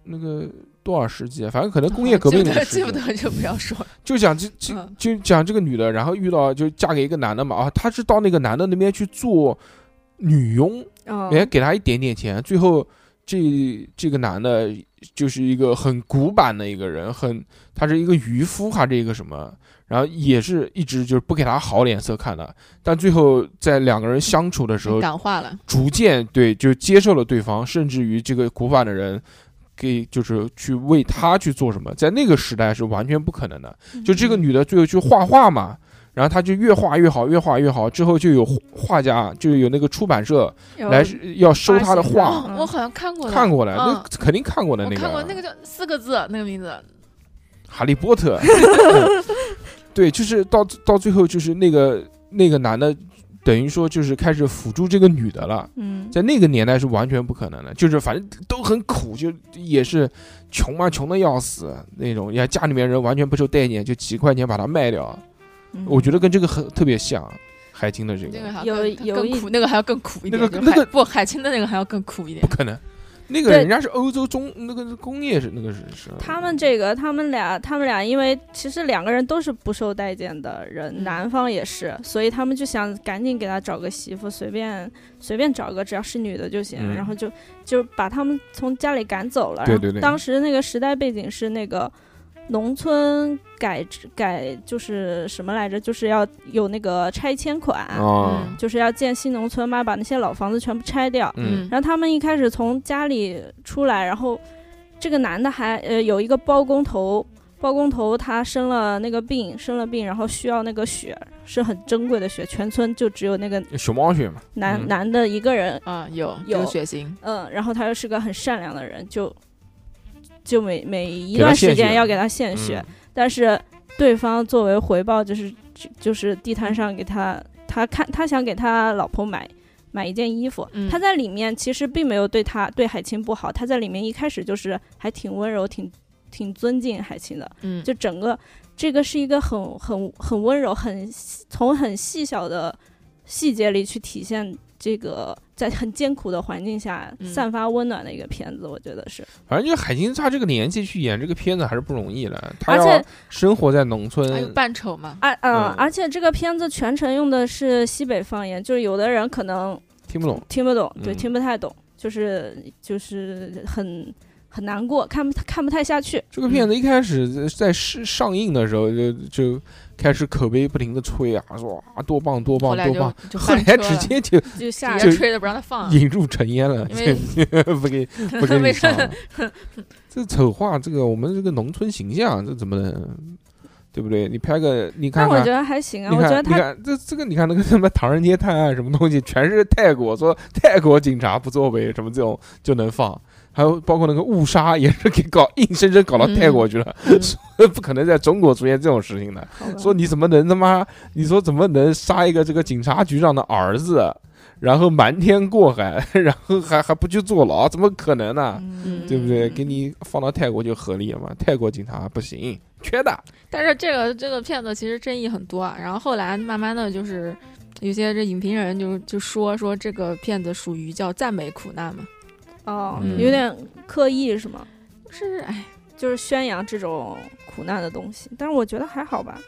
那个多少世纪啊，反正可能工业革命记那不个得记时不期，得哦就不要说。就讲这这嗯就讲这个女的，然后遇到就嫁给一个男的嘛啊，她是到那个男的那边去做女佣，嗯人家给她一点点钱，最后这这个男的就是一个很古板的一个人，很他是一个渔夫还是一个什么，然后也是一直就是不给他好脸色看的，但最后在两个人相处的时候，感化了，逐渐对就接受了对方，甚至于这个古板的人。给就是去为他去做什么，在那个时代是完全不可能的。就这个嗯女的最后去画画嘛，然后她就越画越好，越画越好，之后就有画家，就有那个出版社来要收她的哇画，哦，我好像看过了，啊看过了，嗯那肯定看过的我那个。啊看过那个叫四个字那个名字，哈利波 (laughs) 特。嗯对，就是到到最后，就是那个那个男的，等于说就是开始辅助这个女的了。嗯在那个年代是完全不可能的，就是反正都很苦，就也是穷嘛，穷的要死那种，也家里面人完全不受待见，就几块钱把它卖掉。嗯我觉得跟这个很特别像，海清的这个那个还要有更有更一苦，那个还要更苦一点，那个就海那个不海清的那个还要更苦一点不。可能，那个对人家是欧洲中那个工业是那个是是他们这个，他们俩，他们俩，因为其实两个人都是不受待见的嗯人，男方也是，所以他们就想赶紧给他找个媳妇，随便随便找个，只要是女的就行，嗯然后就就把他们从家里赶走了。对然后对对当时那个时代背景是那个农村改制改，就是什么来着？就是要有那个拆迁款，啊，嗯就是要建新农村嘛，把那些老房子全部拆掉。嗯然后他们一开始从家里出来，然后这个男的还呃有一个包工头，包工头他生了那个病，生了病，然后需要那个血，是很珍贵的血，全村就只有那个熊猫血嘛，男、嗯男的一个人，啊，有有这个血型，嗯，然后他又是个很善良的人，就就每每一给他段献时间血嗯要给他献血，但是对方作为回报就是就是地摊上给他，他看他想给他老婆买买一件衣服，嗯他在里面其实并没有对他对海清不好，他在里面一开始就是还挺温柔，挺挺尊敬海清的，嗯，就整个这个是一个很很很温柔，很细从很细小的细节里去体现。这个在很艰苦的环境下嗯散发温暖的一个片子，我觉得是。反正就是海清她这个年纪去演这个片子还是不容易了，她而且哎要生活在农村，还有扮丑嘛，而嗯，嗯而且这个片子全程用的是西北方言，就是有的人可能听不懂。听不懂，对，嗯听不太懂，就是就是很很难过，看不看不太下去。这个片嗯子一开始在上上映的时候就就开始口碑不停的吹啊，说啊多棒多后棒来多就棒，就后翻来车直了，接就就下直接就吹的不让他放，引入尘烟了，因为就 (laughs) 不 (laughs) 给不给你为上啥？了。这丑化这个我们这个农村形象，这怎么能对不对？你拍个你看但我看觉。得还行啊，你我觉看，得你他看这这个，你看那个什么唐人街探案什么东西，全是泰国说泰国警察不作为什么这种就能放，还有包括那个误杀也是给搞硬生生搞到泰国去了， (laughs) 嗯不可能在中国出现这种事情的。好吧说你怎么能他妈？你说怎么能杀一个这个警察局长的儿子，然后瞒天过海， (laughs) 然后还还不去坐牢？怎么可能呢、嗯对不对？给你放到泰国就合理了嘛？泰国警察不行，缺的。 (laughs) 但是这个这个片子其实争议很多啊，然后后来慢慢的就是有些这影评人就就说说这个片子属于叫赞美苦难嘛，哦，嗯有点刻意是吗？是哎，就是宣扬这种苦难的东西，但是我觉得还好吧，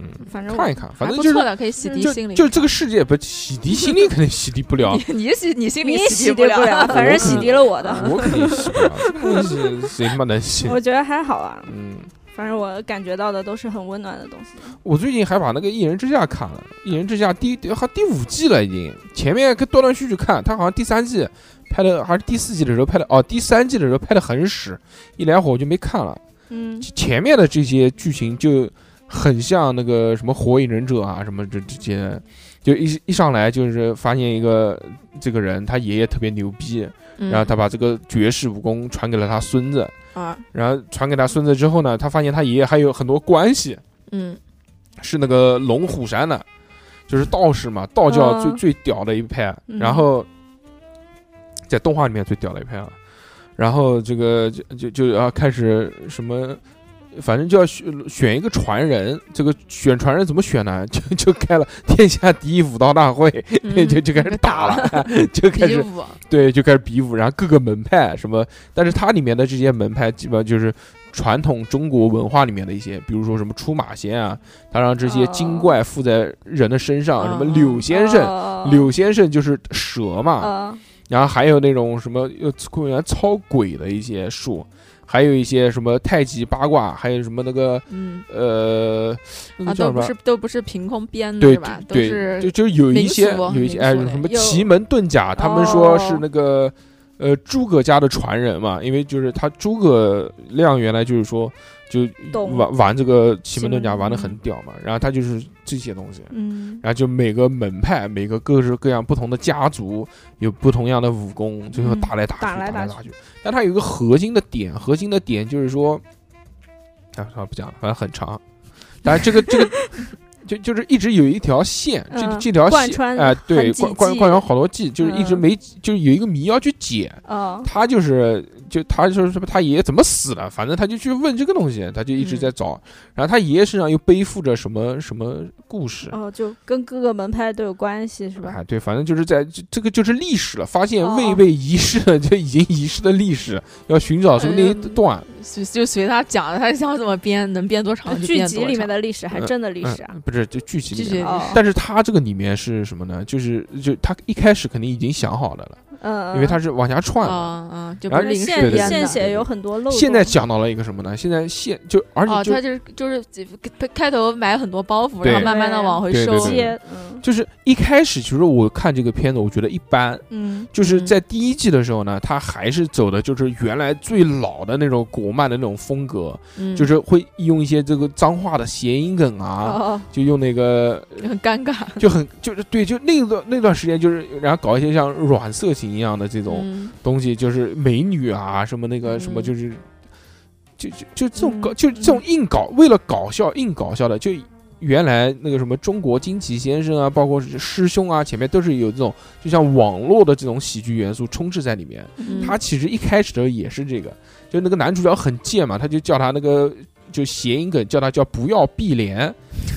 嗯，反正我看一看，反还正不就错是的，可以洗就涤心灵。就是这个世界不洗涤心灵，肯定洗涤不 (laughs) 了。你你洗你心哦你里也洗洗涤不 (laughs) 了，了，反正洗涤了我的，我肯定洗不了，这个东西谁他妈能洗？我觉得还好啊，嗯，反正我感觉到的都是很温暖的东西。我最近还把那个《一人之下》看了，《一人之下》第还第五季了，已经前面跟断断续续看，他好像第三季拍的还是第四季的时候拍的，哦，第三季的时候拍的很屎，一来火我就没看了。嗯，前面的这些剧情就很像那个什么《火影忍者》啊，什么这这些，就一一上来就是发现一个这个人，他爷爷特别牛逼，嗯然后他把这个绝世武功传给了他孙子，啊然后传给他孙子之后呢，他发现他爷爷还有很多关系，嗯是那个龙虎山的，就是道士嘛，道教最、嗯最屌的一派。嗯然后在动画里面最屌的一派了。然后这个就就就要开始什么，反正就要选选一个传人。这个选传人怎么选呢？就就开了天下第一武道大会，嗯 (laughs) 就就开始打了， (laughs) 就开比 (laughs) 始武对，就开始比武，然后各个门派什么，但是它里面的这些门派基本上就是传统中国文化里面的一些，比如说什么出马仙啊，他让这些精怪附在人的身上，哦什么柳先生，哦柳先生就是蛇嘛，哦然后还有那种什么呃公园操鬼的一些术，还有一些什么太极八卦，还有什么那个嗯呃那个啊叫什都不么是？都不是凭空编的对是吧？都对，就是就有一民些俗有一些民哎，俗哦的什么有奇门遁甲，他们说是那个呃诸葛家的传人嘛，因为就是他诸葛亮原来就是说就懂玩玩这个奇门遁甲嗯奇门玩的很屌嘛，然后他就是这些东西。嗯，然后就每个门派，每个各式各样不同的家族有不同样的武功，最后嗯打来打去，打来打打打去。但它有一个核心的点，核心的点就是说，啊，算了不讲了，反正很长。但是这个这个 (laughs) 就就是一直有一条线，这嗯这条贯线穿哎、对，很几贯贯季贯穿好多季，就是一直嗯没、就是有一个谜要去解。哦，他就是就他就是什么他爷爷怎么死的，反正他就去问这个东西，他就一直嗯在找。然后他爷爷身上又背负着什么什么故事。哦，就跟各个门派都有关系 (laughs) 是吧？哎，对，反正就是在这这个就是历史了，发现哦未被遗失的 (laughs) 就已经遗失的历史，要寻找出那一嗯段。随就随他讲的，他想怎么编能编多那长就剧编集多里面长。的历史还真的历史啊嗯，，不是就剧集剧里集面。嗯哦，但是他这个里面是什么呢？就是就他一开始肯定已经想好的了，嗯，哦因为它是往下串的。嗯嗯，就不然是后临时献对对编献的。血有很多漏洞。现在讲到了一个什么呢？现在现就而哦，且就他就是就是开开头买很多包袱，对然后慢慢的往回对收对。对接，嗯就是一开始其实我看这个片子，我觉得一般。嗯就是嗯在第一季的时候呢，它还是走的就是原来最老的那种国漫的那种风格，嗯，就是会用一些这个脏话的谐音梗啊，哦就用那个很尴尬。就很就是对，就那段那段时间就是，然后搞一些像软色情一样的这种嗯东西，就是美女啊什么那个嗯什么就是，就就就这种搞嗯就这种硬搞，为了搞笑硬搞笑的就。原来那个什么中国惊奇先生啊，包括是师兄啊，前面都是有这种，就像网络的这种喜剧元素充斥在里面。嗯他其实一开始的时候也是这个，就那个男主角很贱嘛，他就叫他那个就谐音梗叫他叫不要碧莲，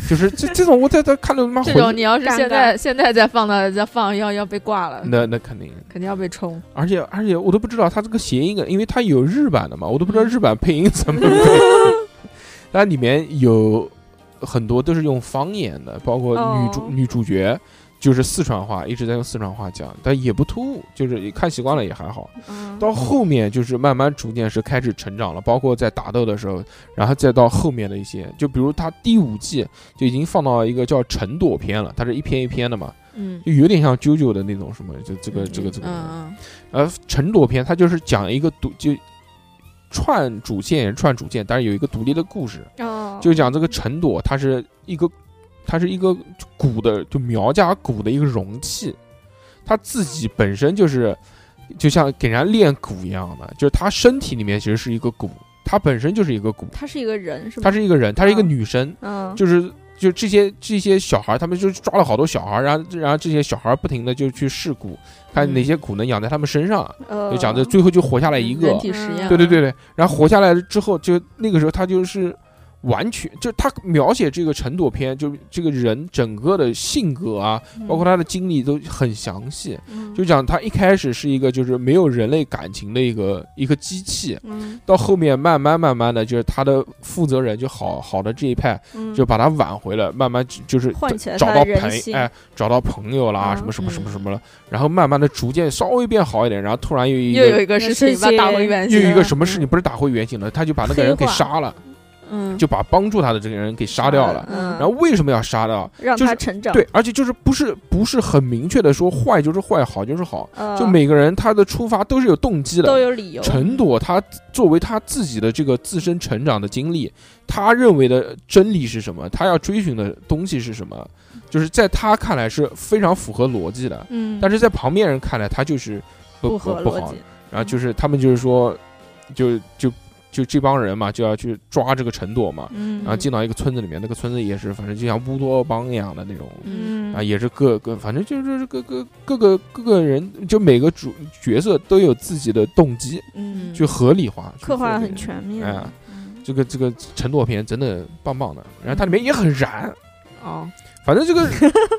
就是这这种我在这看着他妈这回种你要是尴现尬在现在再放到再放，要要被挂了，那那肯定，肯定要被冲。而且而且我都不知道他这个谐音梗，因为他有日版的嘛，我都不知道日版配音怎么配。 (laughs) 它里面有很多都是用方言的，包括女主、哦女主角就是四川话，一直在用四川话讲，但也不突兀，就是看习惯了也还好。嗯到后面就是慢慢逐渐是开始成长了，包括在打斗的时候，然后再到后面的一些，就比如他第五季就已经放到一个叫陈朵篇了，它是一篇一篇的嘛，嗯，就有点像啾啾的那种什么，就这个这个这个。嗯呃，陈朵篇它就是讲一个独就串主线串主线，但是有一个独立的故事，哦，就讲这个陈朵，它是一个它是一个古的就苗家古的一个容器，它自己本身就是就像给人家练蛊一样的，就是她身体里面其实是一个蛊，她本身就是一个蛊，他是一个人是吗？她是一个人，她是一个嗯女生，嗯就是。就这些这些小孩儿，他们就抓了好多小孩儿，然后然后这些小孩儿不停的就去试蛊，嗯看哪些蛊能养在他们身上，呃就讲这最后就活下来一个人，体实嗯验，对对对对，然后活下来了之后，就那个时候他就是完全，就是他描写这个陈朵篇，就这个人整个的性格啊，包括他的经历都很详细，嗯就讲他一开始是一个就是没有人类感情的一个一个机器。嗯到后面慢慢慢慢的就是他的负责人就好好的这一派嗯就把他挽回了，慢慢就就是唤起了找他到的人朋性哎找到朋友啦嗯什么什么什么什么了，然后慢慢的逐渐稍微变好一点，然后突然又一又个有一个事情把打 (laughs) 回原又形有了，一啊个什么事嗯情不是打回原形了，他就把那个人给杀了，嗯，就把帮助他的这个人给杀掉了。嗯嗯，然后为什么要杀掉？让就他是成长，对，而且就是不是不是很明确的说坏就是坏，好就是好，呃，就每个人他的出发都是有动机都的。有理由，陈朵他作为他自己的这个自身成长的经历，他认为的真理是什么？他要追寻的东西是什么？就是在他看来是非常符合逻辑的，嗯，但是是在旁边人看来他就是不不不合不逻好的辑，然后就是他们就是说，就就就这帮人嘛，就要去抓这个陈朵嘛，嗯然后进到一个村子里面，那个村子也是反正就像乌托邦一样的那种。嗯啊，也是各个，反正就是各个各个各个人，就每个主角色都有自己的动机，嗯，去合理化，去刻合画得理很全面，哎嗯这个这个陈朵片真的棒棒的，然后它里面也很燃，哦，反正这 (laughs) 个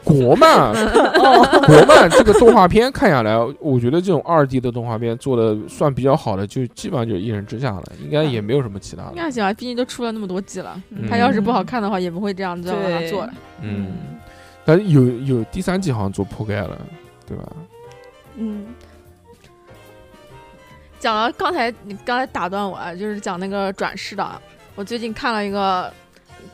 国漫啊，嗯国漫这个动画片看下来，我觉得这种二 D 的动画片做的算比较好的，就基本上就是一人之下了，应该也没有什么其他那的。行啊，毕竟都出了那么多季了，嗯他要是不好，看的话，也不会这样子让他对做了。嗯，但是有有第三季好像做破盖了，对吧？嗯，讲到刚才你刚才打断我，啊，就是讲那个转世的，啊，我最近看了一个，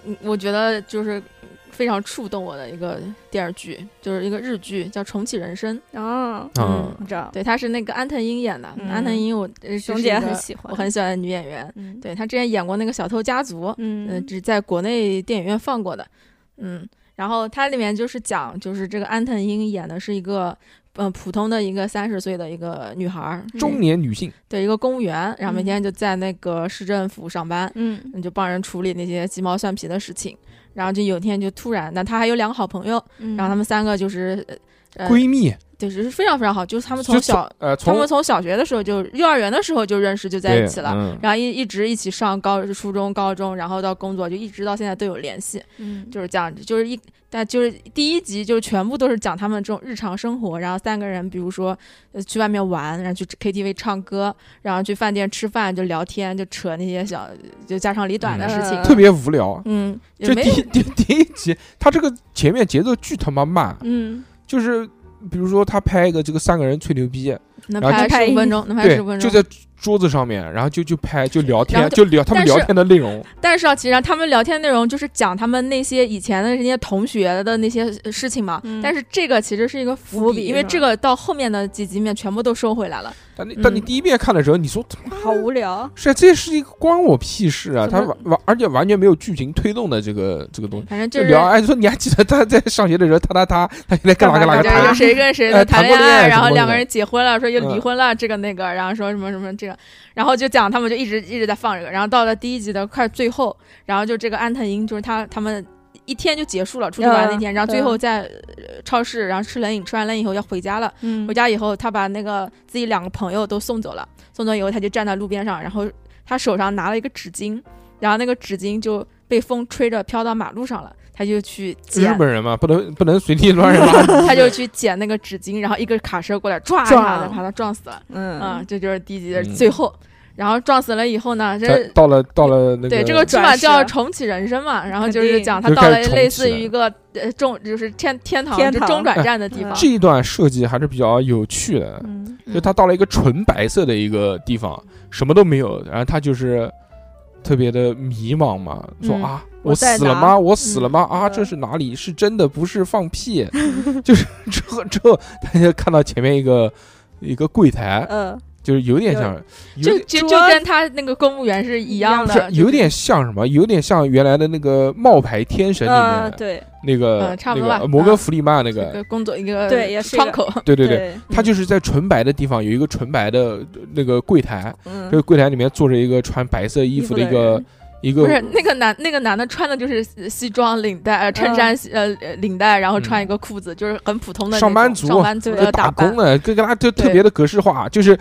嗯我觉得就是非常触动我的一个电视剧，就是一个日剧叫《重启人生》，哦，啊嗯，我知道，对，她是那个安藤樱演的，嗯安藤樱我呃熊是姐一个很喜欢，我很喜欢的女演员，嗯，对她之前演过那个《小偷家族》，嗯、嗯只在国内电影院放过的，嗯，然后它里面就是讲，就是这个安藤樱演的是一个，嗯、普通的一个三十岁的一个女孩儿，中年女性，对一个公务员，然后每嗯天就在那个市政府上班，嗯嗯，就帮人处理那些鸡毛蒜皮的事情，然后就有一天就突然，那她还有两个好朋友，嗯，然后他们三个就是，呃，闺蜜，就是非常非常好，就是他们就从小，呃，他从们从小学的时候就幼儿园的时候就认识，就在一起了。嗯然后一一直一起上高初中、高中，然后到工作，就一直到现在都有联系，嗯就是这样子，就是一但就是第一集就是全部都是讲他们这种日常生活，然后三个人比如说呃去外面玩，然后去 KTV 唱歌，然后去饭店吃饭就聊天，就扯那些小就家长里短的事情嗯，特别无聊。嗯，也这没第有一第第一集，它这个前面节奏巨他妈慢，嗯就是比如说他拍一个这个三个人吹牛逼，能然后拍就拍十五一分钟，能拍对十五分，就钟。在桌子上面，然后就就拍就聊然天，后就聊他们但聊是天的内容，但是啊，其实他们聊天内容就是讲他们那些以前的那些同学的那些事情嘛。嗯但是这个其实是一个伏笔，伏笔因为是吧这个到后面的几集里面全部都收回来了。但你但你嗯第一遍看的时候，你说他妈好无聊。是啊这是一个关我屁事啊！怎他么完完，而且完全没有剧情推动的这个这个东西。反正就是聊，哎，说你还记得他在上学的时候，他他他，他现在干嘛干嘛干干嘛嘛干就干嘛是嘛？谁跟谁哎的谈谈过恋恋爱爱，什然么后的两个人结婚了，说又离嗯婚了，这个那个，然后说什么什么这个，然后就讲他们就一直一直在放这个，然后到了第一集的快最后，然后就这个安藤樱就是他他们。一天就结束了，出去玩那嗯天，然后最嗯后在呃超市，然后吃冷饮，吃完冷饮以后要回家了，嗯回家以后，他把那个自己两个朋友都送走了，送走以后，他就站在路边上，然后他手上拿了一个纸巾，然后那个纸巾就被风吹着飘到马路上了，他就去日捡，本人嘛，不能不能随地 (laughs) 乱扔垃圾。他就去捡那个纸巾，然后一个卡车过来，唰一撞下子把他撞死了，嗯嗯，这就是第一集的嗯最后，然后撞死了以后呢，这在是。到了到了那个，对，这个起码叫转世重启人生嘛，然后就肯是定讲他就到了开始类重启似了于一个呃中，就是天天堂，天就堂中转站的地嗯方这。一段设计还是比较有趣的。嗯就他到了一个纯白色的一个地方，什么都没有，然后他就是特别的迷茫嘛，说嗯啊，我我在死了哪吗？我死了吗？啊，嗯这是哪里？是真的，不是放屁。就是之后之后，他就看到前面一个一个柜台，嗯，就是有点像，有就点就就桌跟他那个公务员是一样不是的，有点像什么？有点像原来的那个冒牌天神里呃面对那个嗯差不多吧那个摩根嗯弗里曼那一个，个工作一个对也是一个窗口，对对对。对，他就是在纯白的地方有一个纯白的呃那个柜台，嗯这个柜台里面坐着一个穿白色衣服的一个一不是个，那个男那个男的穿的就是西装领带呃衬衫呃呃领带，然后穿一个裤子，就是很普通的那种上班族上班族就的打打扮工。的，跟跟他就特别的格式化，就是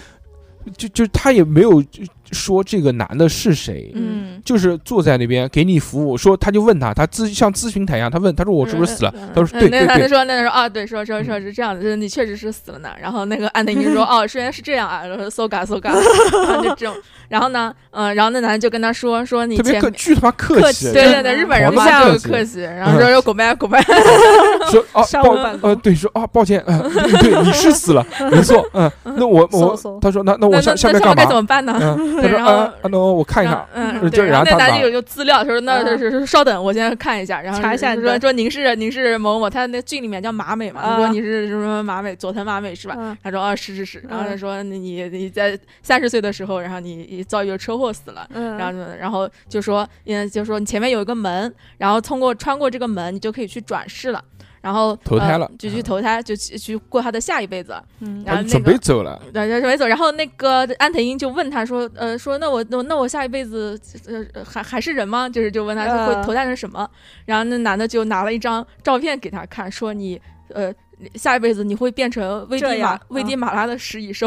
就就他也没有就说这个男的是谁。嗯就是坐在那边给你服务，说他就问他，他咨像咨询台一样，他问他说我是不是死了？嗯他说对嗯那对对，个男的说，那个说啊，对，说说说是这样的，就是你确实是死了呢。然后那个安德英说，哦，虽然是这样啊，然后搜嘎搜嘎，然后就这种。然后呢，嗯，然后那男的就跟他说，说你特别前客面巨他妈客客气，气对对对，日本人嘛皇上就客气是客气，然后说说狗掰狗掰， (laughs) 说啊商务办抱呃对说啊抱歉，呃 (laughs) 对你是死了，没错，嗯，那我搜我搜他说那那那我那下那下下面干该怎嘛？么办呢？嗯，他对说然后啊啊那我看一看，然后嗯嗯，就对，然后那他男把啊的有有资料，他说那嗯就是稍等，我先看一下，然后查一下就你说的说您是您是某某某，他那剧里面叫马美嘛，他说啊你是什么什么马美，佐藤马美是吧？嗯他说啊是是是，然后他嗯说你你你在三十岁的时候，然后你你遭遇了车祸死了。嗯，然后就，然后就说，嗯，就说你前面有一个门，然后通过穿过这个门，你就可以去转世了，然后投胎呃了嗯就去投胎，就去去过他的下一辈子。嗯然他后那准个备走了，对，就是没走。然后那个安藤英就问他说：“呃，说那我那我那我下一辈子呃还还是人吗？”就是就问他说嗯会投胎成什么。然后那男的就拿了一张照片给他看，说你呃下一辈子你会变成危这地马样危嗯地马拉的食蚁 (laughs) 兽，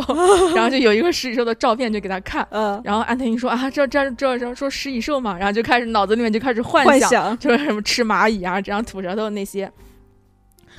然后就有一个食蚁兽的照片就给他看。呃，然后安藤英说啊，这这这这说食蚁兽嘛，然后就开始脑子里面就开始幻幻想，(laughs) (laughs) 想就是什么吃蚂蚁啊，这样吐舌头那些。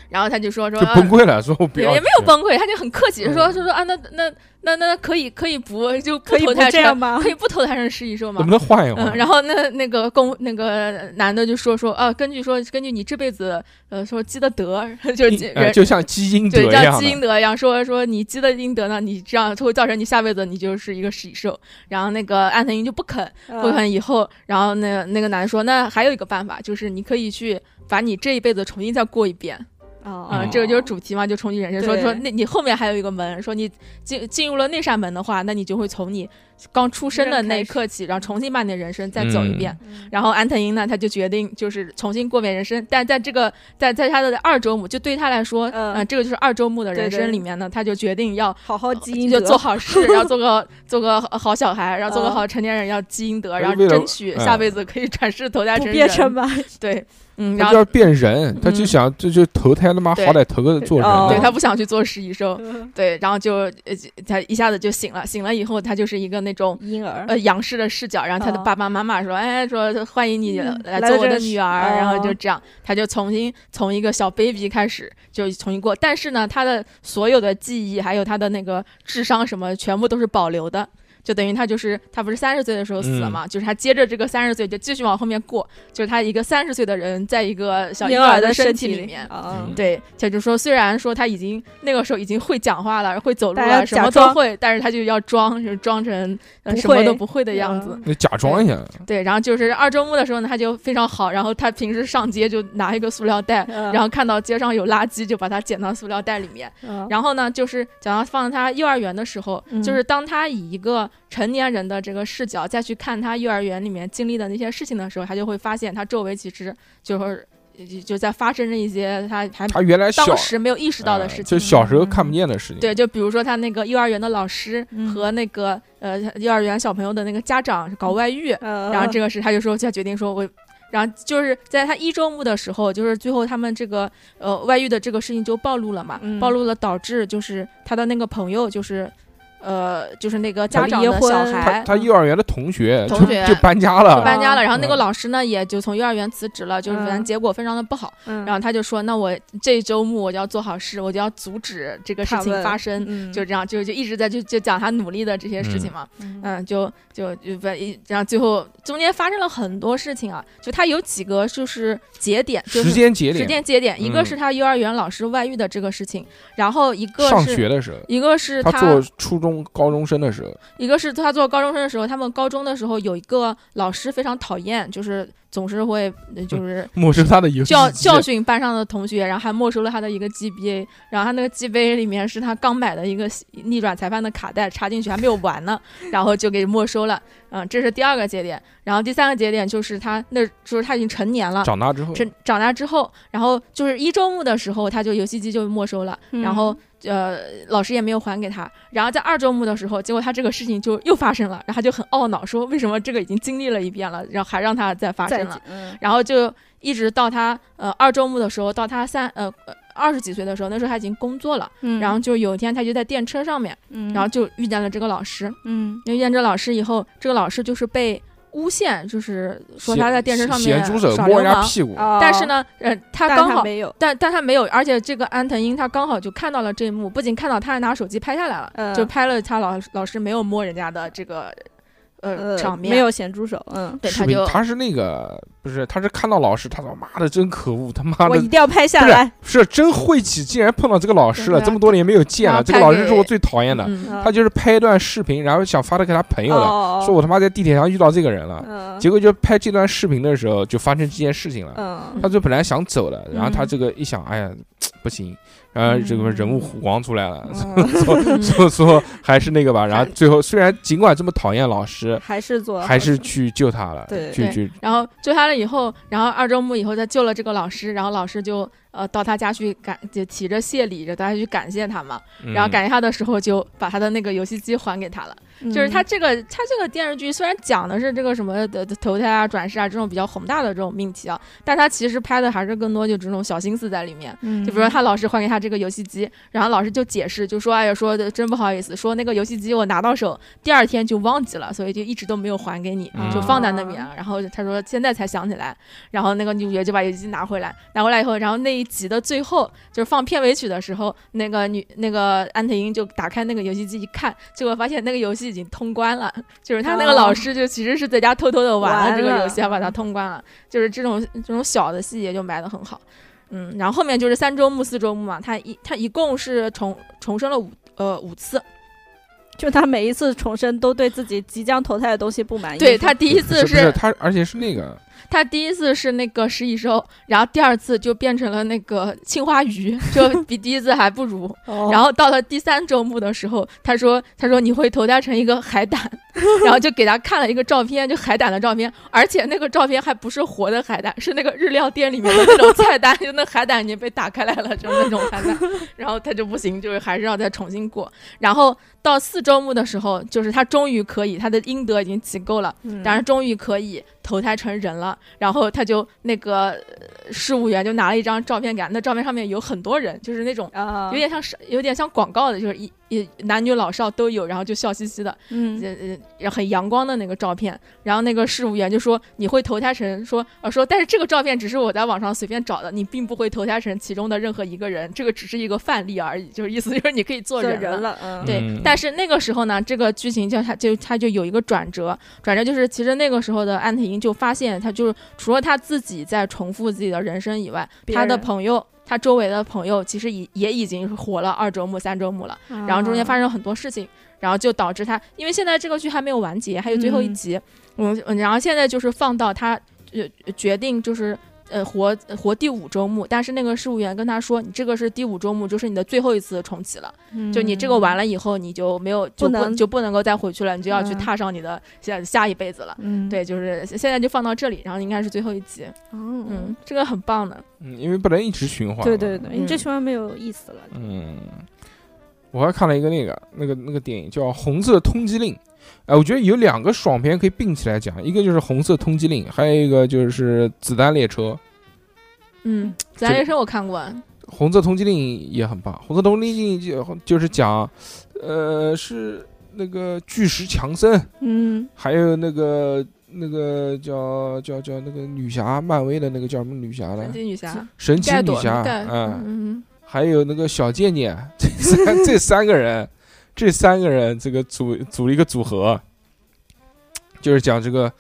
然后他就说说啊就崩溃了，说我不也要也没有去崩溃，他就很客气嗯说说说啊，那那那那可以可以不就不可以投不胎这样成，吗？可以不投胎成食蚁兽能吗不？能换一换？嗯，然后那那个公那个男的就说说啊，根据说根据你这辈子呃说积的德， (laughs) 就是因积呃人就像基因德对，一样像的积阴德一样，说说你积的阴德呢，你这样就会造成你下辈子你就是一个食蚁兽。然后那个安藤英就不肯，(laughs) 嗯不肯以后，然后那个那个男的说，那还有一个办法，就是你可以去把你这一辈子重新再过一遍。啊啊，这个就是主题嘛，就重启人生。说对说那你后面还有一个门，说你进进入了那扇门的话，那你就会从你刚出生的那一刻起，然后重新把你的人生再走一嗯遍。然后安藤英呢，他就决定就是重新过遍人生，但在这个在在他的二周目，就对他来说，嗯呃这个就是二周目的对人对哦生里面呢，他就决定要好好基因哦就得做好事，然后 (laughs) 做个做个好小孩，然后嗯做个好成年人，要积阴德，然为后了争取下嗯辈子可以转世投胎不成变人。(laughs) 成吧？对，嗯，然他后就要变人，他就嗯想就就投胎他妈对好歹投个做人哦的，对他不想去做食蚁兽。嗯 (laughs) 对，然后就呃，他一下子就醒了，醒了以后，他就是一个那种婴儿呃杨氏的视角，然后他的哦爸爸妈妈说，哎，说欢迎你嗯来来做到我这的是女儿，然后就哦这样，他就重新从一个小 baby 开始就重新过，但是呢，他的所有的记忆还有他的那个智商什么，全部都是保留的。就等于他就是他不是三十岁的时候死了嘛，就是他接着这个三十岁就继续往后面过，就是他一个三十岁的人在一个小婴婴儿的身体里面。啊嗯，对，他就说，虽然说他已经那个时候已经会讲话了，会走路但要了，什么假装都会，但是他就要装，就是装成呃不什么会都不会的样子。那假装一下，嗯对，然后就是二周目的时候呢，他就非常好，然后他平时上街就拿一个塑料袋，嗯然后看到街上有垃圾就把它捡到塑料袋里面。嗯，然后呢，就是讲到放他幼儿园的时候，嗯就是当他以一个成年人的这个视角再去看他幼儿园里面经历的那些事情的时候，他就会发现他周围其实就是就就在发生着一些他还他原来小当时没有意识到的事哎情。嗯就小时候看不见的事情。对，就比如说他那个幼儿园的老师嗯和那个、呃幼儿园小朋友的那个家长搞外遇，嗯，然后这个是他就说他决定说我，然后就是在他一周目的时候，就是最后他们这个呃外遇的这个事情就暴露了嘛，嗯暴露了导致就是他的那个朋友就是，呃就是那个家他长离的小婚他孩。他幼儿园的同学就嗯同学就搬家了，搬家了，然后那个嗯老师呢，也就从幼儿园辞职了，就是反正嗯结果非常的不好。嗯，然后他就说，那我这一周目我就要做好事，我就要阻止这个事他情们发生，嗯就这样，就就一直在就就讲他努力的这些事情嘛。嗯嗯，就就就不一，然后最后中间发生了很多事情啊，就他有几个就是节点，就是时间节时点，间节点，一个嗯是他幼儿园老师外遇的这个事情，然后一个上是学的时候，一个是他做初中高中生的时候，一个是他做高中生的时候，他们高中的时候有一个老师非常讨厌，就是总是会呃就是。没收他的 (laughs) 游戏教机 (laughs) 教训班上的同学，然后还没收了他的一个 GBA，然后他那个 GBA 里面是他刚买的一个逆转裁判的卡带，插进去还没有玩呢，然后就给没收了。嗯，这是第二个节点，然后第三个节点就是他那就是他已经成年了。长大之后，成长大之后，然后就是一周目的时候，他就游戏机就没收了，嗯然后呃老师也没有还给他。然后在二周目的时候，结果他这个事情就又发生了，然后他就很懊恼，说为什么这个已经经历了一遍了，然后还让他再发再生了。见，然后就一直到他呃二周目的时候，到他三呃二十几岁的时候，那时候他已经工作了。嗯然后就有一天他就在电车上面，嗯，然后就遇见了这个老师。嗯遇见这老师以后，这个老师就是被诬陷，就是说他在电车上咸面猪手耍摸流人家氓。屁股，哦但是，呢，呃，他但刚他好。没有，但但他没有，而且这个安藤英他刚好就看到了这一幕，不仅看到，他还拿手机拍下来了，嗯就拍了他老老师没有摸人家的这个呃呃，场面，没，有咸猪手，嗯，对，视他频就他是那个不是，他是看到老师，他说妈的真可恶，他妈我的一定要拍下不是来，是真晦气，竟然碰到这个老师了，对啊这么多年没有见然了，后这个拍老师给是我最讨厌的，嗯，嗯他就是拍一段视频，然后想发到给他朋友的，哦说我他妈在地铁上遇到这个人了，嗯结果就拍这段视频的时候就发生这件事情了，嗯他就本来想走了，然后他嗯这个一想，哎呀，不行，然后这个人物弧光出来了，嗯所以 (laughs) 说还是那个吧。然后最后虽然尽管这么讨厌老 (laughs) 师，嗯还是做还是去救他了，对去对去然后救他了以后，然后二周目以后再救了这个老师，然后老师就呃到他家去感就提着谢礼，就大家去感谢他嘛。嗯然后感谢他的时候，就把他的那个游戏机还给他了。嗯就是他这个他这个电视剧虽然讲的是这个什么的的投胎啊、转世啊这种比较宏大的这种命题啊，但他其实拍的还是更多就这种小心思在里面。嗯，就比如说他老师还给他这个游戏机，然后老师就解释，就说哎呀，说的真不好意思，说那个游戏机我拿到手第二天就忘记了，所以就一直都没有还给你，就放在那哦边。然后他说现在才想起来，然后那个女主角就把游戏机拿回来，拿回来以后，然后那一集的最后就是放片尾曲的时候，那个女那个安藤英就打开那个游戏机一看，结果发现那个游戏已经通关了，就是他那个哦老师就其实是在家偷偷的玩了这个玩了游戏，还把它通关了，就是这种这种小的细节就埋得很好。嗯，然后后面就是三周目、四周目嘛，他一他一共是重重生了五呃五次，就他每一次重生都对自己即将投胎的东西不满意，对他第一次不是不是他，而且是那个他第一次是那个食蚁兽，然后第二次就变成了那个青花鱼， (laughs) 就比第一次还不如。然然后到了第三周目的时候，他说他说你会投胎成一个海胆，然后就给他看了一个照片，就海胆的照片，而且那个照片还不是活的海胆，是那个日料店里面的那种菜单，就那海胆已经被打开来了，就是那种海胆。然后他就不行，就是还是要再重新过。然后到四周目的时候，就是他终于可以，他的阴德已经集够了，嗯然后终于可以投胎成人了。然后他就那个呃事务员就拿了一张照片给他，那照片上面有很多人，就是那种啊有点像是有点像广告的，就是一也男女老少都有，然后就笑嘻嘻的，嗯然后很阳光的那个照片。然后那个事务员就说你会投胎成说呃说，但是这个照片只是我在网上随便找的，你并不会投胎成其中的任何一个人，这个只是一个范例而已，就是意思就是你可以做做人了人了，嗯，对，嗯但是那个时候呢，这个剧情就它就它就有一个转折，转折就是其实那个时候的安藤英就发现，他就是除了他自己在重复自己的人生以外，别他的人朋友，他周围的朋友其实也也已经火了二周目、三周目了，啊然后中间发生了很多事情，然后就导致他，因为现在这个剧还没有完结，还有最后一嗯集，嗯，嗯然后现在就是放到他呃决定就是。呃，活活第五周目，但是那个事务员跟他说，你这个是第五周目，就是你的最后一次重启了。生就你这个完了以后，你就没有就不嗯不能就不能够再回去了，你就要去嗯踏上你的下下一辈子了。嗯，对，就是现在就放到这里，然后应该是最后一集，嗯嗯，，这个很棒的，嗯因为不能一直循环嘛。对对对，嗯你这圈没有意思了，嗯，我还看了一个那个那个那个电影叫《红色通缉令》，哎，我觉得有两个爽片可以并起来讲，一个就是《红色通缉令》，还有一个就是《子弹列车》。嗯，子这弹个人生我看过，啊《红色通缉令》也很棒，《红色通缉令就》就是讲，呃，是那个巨石强森，嗯还有那个那个叫叫叫那个女侠，漫威的那个叫什么女侠来神？奇女侠，神奇盖女朵侠，盖，嗯，嗯，还有那个小贱贱，这三这三个人，这三个人这个组组了一个组合，就是讲这个，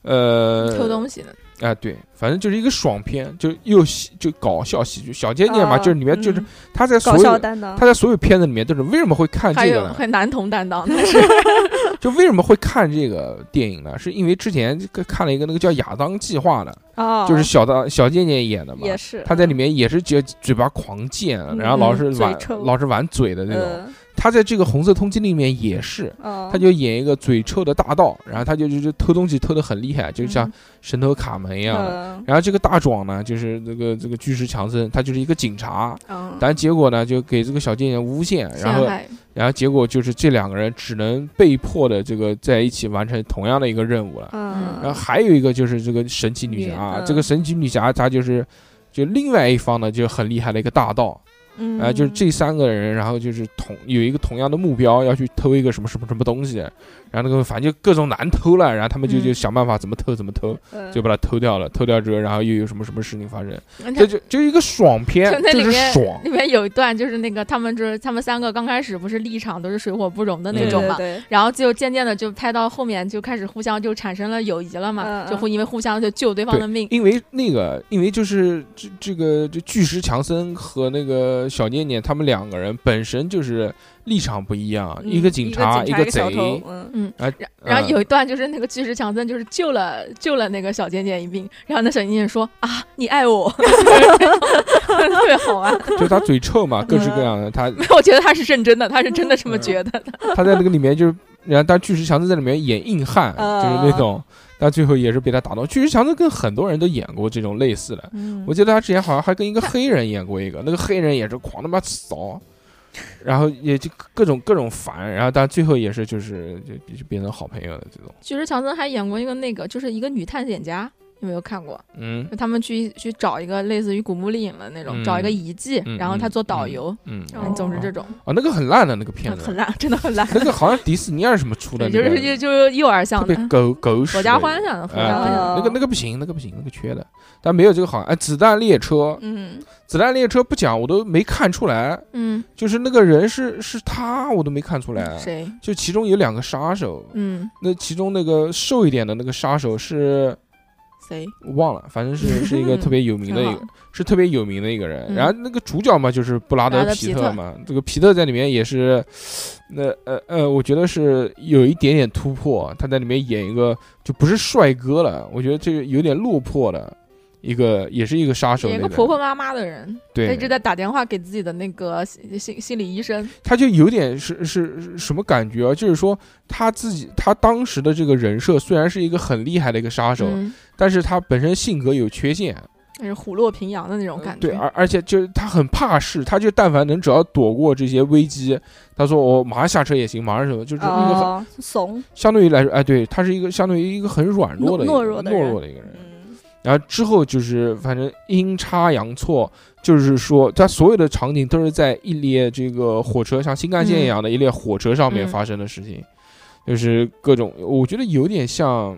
呃，偷东西的，啊，对，反正就是一个爽片，就又喜就搞笑喜剧，小贱贱嘛，啊就是里面就是嗯他在所搞笑有担当他，在所有片子里面都是为什么会看还这个有 (laughs) 呢？还男童担当，但是就为什么会看这个电影呢？是因为之前这个看了一个那个叫《亚当计划》的，哦，就是小当小贱贱演的嘛，也是他在里面也是嘴嘴巴狂贱，啊然后老是嗯嘴玩臭老是玩嘴的那种。嗯他在这个《红色通缉令》里面也是，哦，他就演一个嘴臭的大盗，然后他就就就偷东西偷得很厉害，就像嗯神偷卡门一样的。嗯然后这个大壮呢，就是这个这个巨石强森，他就是一个警察，嗯但结果呢就给这个小贱贱诬陷，然 (laughs) 后陷害，然后结果就是这两个人只能被迫的这个在一起完成同样的一个任务了。嗯，然后还有一个就是这个神奇女女侠啊，嗯这个神奇女侠她就是就另外一方呢就很厉害的一个大盗，嗯啊，就是这三个人，然后就是同有一个同样的目标，要去偷一个什么什么什么东西，然后那个反正就各种难偷了，然后他们就嗯就想办法怎么偷怎么偷，嗯就把它偷掉了，偷掉之后，然后又有什么什么事情发生，嗯这就就一个爽片就，那就里是面爽，里面有一段就是那个他们就是他们三个刚开始不是立场都是水火不容的嗯那对种对嘛，对然后就渐渐的就拍到后面就开始互相就产生了友谊了嘛，嗯就会因为互相就救对方的命，因为那个，因为就是这这个这巨石强森和那个小念念他们两个人本身就是立场不一样，嗯一个警察，一个个小偷贼，嗯然然后嗯有一段就是那个巨石强森就是救了救了那个小贱贱一命，然后那小贱贱说啊你爱 (laughs) 我，特别好玩。就他嘴臭嘛，各式各样的。他没 (laughs) 有，我觉得他是认真的，他是真的这么觉得的。他在那个里面就是，然后但巨石强森在里面演硬汉，嗯就是那种，但最后也是被他打动。巨石强森跟很多人都演过这种类似的，嗯我记得他之前好像还跟一个黑人演过一个，那个黑人也是狂他妈扫，然后也就各种各种烦，然后但最后也是就是就就变成好朋友的这种。巨石强森还演过一个那个，就是一个女探险家，有没有看过？嗯就他们去去找一个类似于古墓丽影的那种，嗯找一个遗迹，嗯然后他做导游，嗯，嗯嗯总之这种、啊，那个很烂的那个片子很，烂，真的很烂，那个好像迪士尼还是什么出的，对，就是就那个就是幼儿向特别的，狗狗屎。合家欢向的，合家欢向的。啊，那个那个不行，那个不行，那个缺的，但没有这个好。哎，子弹列车，嗯子弹列车不讲，我都没看出来，嗯，就是那个人是是他，我都没看出来。谁？就其中有两个杀手，嗯，那其中那个瘦一点的那个杀手是谁？忘了，反正 (laughs) 是是一个特别有名的一很 (laughs) 个好，是特别有名的一个人。嗯然后那个主角嘛，就是布拉布德拉德皮皮特特嘛，这个皮特在里面也是，那呃呃，我觉得是有一点点突破，他在里面演一个就不是帅哥了，我觉得这个有点落魄的一个，也是一个杀手演一那个婆婆妈妈的人，她一对直，在打电话给自己的那个心心心理医生，他就有点是是是什么感觉啊？就是说他自己他当时的这个人设虽然是一个很厉害的一个杀手，嗯，但是他本身性格有缺陷。嗯那是虎落平阳的那种感觉。呃对，而而且就是他很怕事，他就但凡能只要躲过这些危机，他说我马上下车也行，马上什么，就是一个很、哦怂相对于来说，哎，对他是一个相对于一个很软弱的一懦个懦弱的懦人弱的一个人。嗯然后之后就是反正阴差阳错，就是说它所有的场景都是在一列这个火车，像新干线一样的一列火车上面嗯发生的事情，就是各种，我觉得有点像。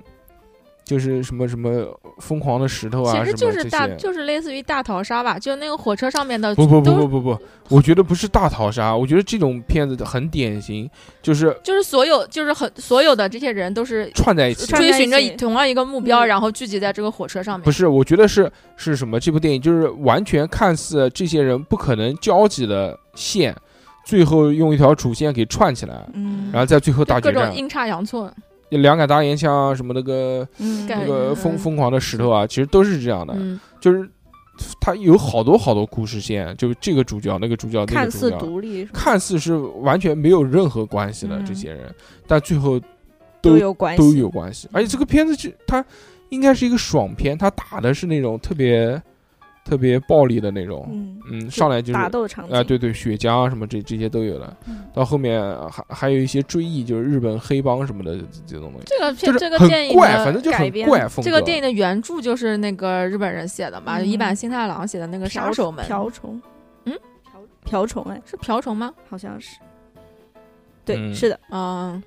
就是什么什么疯狂的石头啊，其实就什么这是大，些就是类似于大逃杀吧，就那个火车上面的不不不都不不不，我觉得不是大逃杀，我觉得这种片子很典型，就是就是所有就是很所有的这些人都是串在一起。串在追一寻着起同样一个目标，嗯然后聚集在这个火车上面。不是，我觉得是是什么？这部电影就是完全看似这些人不可能交集的线，最后用一条主线给串起来，嗯然后在最后大就各决种战。阴差阳错，两杆大烟枪啊什么那个嗯感那觉个嗯疯疯狂的石头啊，其实都是这样的，嗯，就是它有好多好多故事线，就是这个主角那个主角那看个主似角，独立是吧看似是完全没有任何关系的嗯这些人，但最后都都有关系，都有关系。而且这个片子是它应该是一个爽片，它打的是那种特别特别暴力的那种，嗯，嗯，上来就是打啊、斗场景，对对，血浆啊什么这这些都有了。嗯到后面还还有一些追忆，就是日本黑帮什么的这这种东西，这个就片这是个很电影怪，的反正就改很编怪风格。这个电影的原著就是那个日本人写的嘛，嗯一坂新太郎写的那个《杀手们》瓢虫，嗯，瓢瓢虫哎，是瓢虫吗？好像是，对，嗯是的，嗯，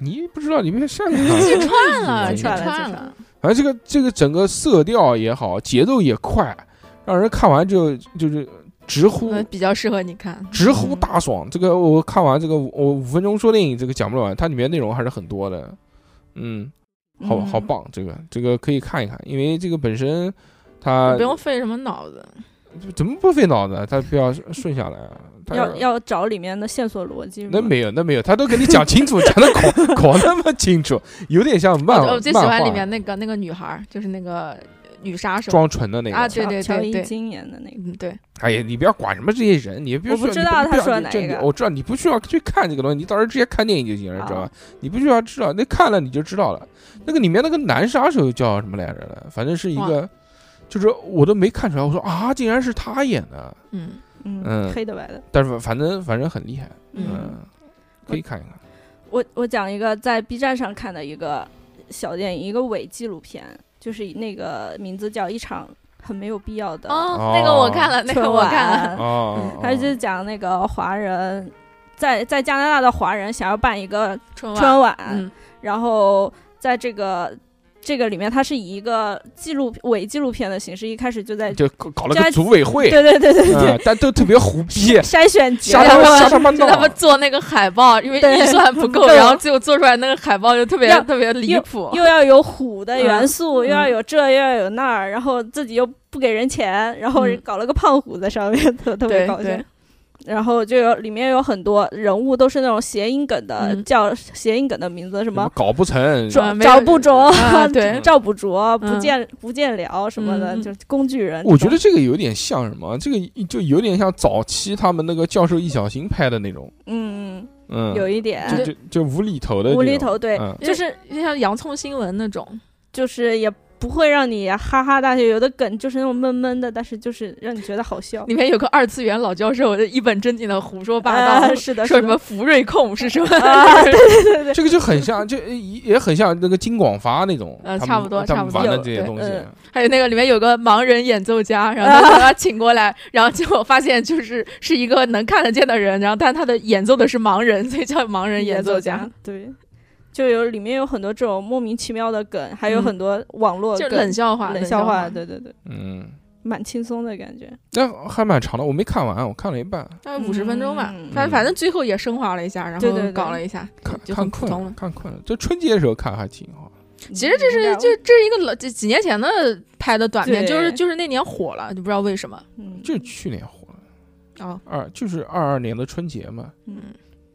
你不知道里面下 (laughs) 面记串了，嗯记记串了串记了。反正这个这个整个色调也好，节奏也快，让人看完就就是直呼嗯，比较适合你看。嗯直呼大爽。这个我看完这个，我五分钟说电影这个讲不完，它里面内容还是很多的，嗯，好嗯好，棒，这个这个可以看一看，因为这个本身呃它不用费什么脑子，怎么不费脑子，它比较顺下来啊，它要要找里面的线索逻辑是吗，那没有，那没有，他都给你讲清楚，讲的搞搞那么清楚，有点像漫我我哦最喜漫欢画里面那个那个女孩儿，就是那个呃女杀手。装纯的那个啊乔，对对乔对伊对金演的那个，嗯，对，哎呀，你不要管什么这些人，你不我需要不知道你他不说要哪这个你我知道你不需要去看这个东西，你到时候直接看电影就行了，好知道吧？你不需要知道，那看了你就知道了。那个里面那个男杀手叫什么来着的？反正是一个，就是我都没看出来，我说啊，竟然是他演的，嗯，嗯嗯，黑的白的，但是反正反正很厉害，嗯嗯，可以看一看。我我讲一个在 B 站上看的一个小电影，一个伪纪录片，就是那个名字叫《一场很没有必要的哦，那个我看了，那个春我晚看了，》， (laughs) 哦，它呃就是讲那个华人在在加拿大的华人想要办一个春晚，春晚，嗯，然后在这个这个里面，它是以一个纪录伪纪录片的形式，一开始就在就搞搞了就个在组委会，对对对对对、，嗯，但都特别胡逼 (laughs) 筛选节瞎他妈目然后瞎他妈就他闹们。做那个海报，因为 (laughs) 对预算不够，不够然后最后做出来那个海报就特别要特别离谱，又要有虎的元素，嗯又要有这，又要有那儿，然后自己又不给人钱，然后嗯搞了个胖虎在上面， (laughs) 特特别对搞笑对。然后就有里面有很多人物都是那种谐音梗的，嗯叫谐音梗的名字，什什么么搞不成？找、啊没有找不着、 (laughs) 啊对照不着、不嗯见不见了什么的，嗯嗯就是工具人这种。我觉得这个有点像什么？这个就有点像早期他们那个教授易小星拍的那种，嗯，嗯，有一点就就就无厘头的这种，无厘头，对，嗯，就是有点像洋葱新闻那 (laughs) 种，就是也。不会让你哈哈大笑，有的梗就是那种闷闷的，但是就是让你觉得好笑。里面有个二次元老教授，一本正经的胡说八道，啊 (laughs) 是的，说是什的么福瑞控是什么， (laughs) 啊就是这个就很像，就也也很像那个金广发那种，呃他们差不多他们差不多玩的有这些对东西，嗯还有那个里面有个盲人演奏家，然后他把他请过来，然后结果发现就是是一个能看得见的人，然后但他的演奏的是盲人，所以叫盲人演奏家，，对，就有里面有很多这种莫名其妙的梗，还有嗯很多网络就是梗冷笑话，冷笑话，对对对，嗯，蛮轻松的感觉。但还蛮长的，我没看完，我看了一半，大概五十分钟吧嗯，反正反正最后也升华了一下，然对对后对搞了一下，看就看很普困通了，了。看困了。就春节的时候看还挺好，其实这是嗯就这是一个老几几年前的拍的短片，对就是就是那年火了，就不知道为什么嗯就是去年火了，哦，二就是二二年的春节嘛，嗯，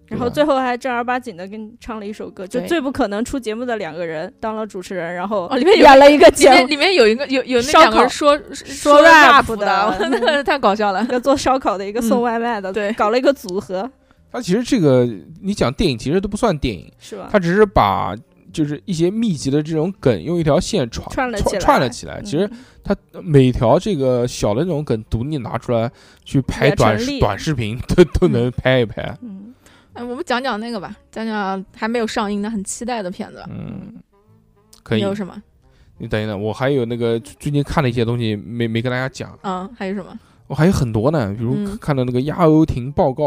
对然吧后最后还正儿八经的给你唱了一首歌，就对最不可能出节目的两个人当了主持人，然后哦里面有演了一个里节面目，里面有一个有有那烧两个人烤说说 rap rap 的嗯的， (laughs) 那个太搞笑了 (laughs) 一。个做烧烤的，一个送嗯外卖的，对搞了一个组合，它其实这个你讲电影其实都不算电影，是吧？它只是把就是一些密集的这种梗用一条线串串了起来串了起来。嗯其实它每条这个小的那种梗独立拿出来去拍也短成立短视频， (laughs) 都都能拍一拍。嗯，哎，我们讲讲那个吧，讲讲还没有上映的很期待的片子吧。嗯，可以你有。什么？你等一等，我还有那个最近看的一些东西没没跟大家讲，嗯，还有什么？我还有很多呢，比如嗯看到那个《亚欧亭报告》，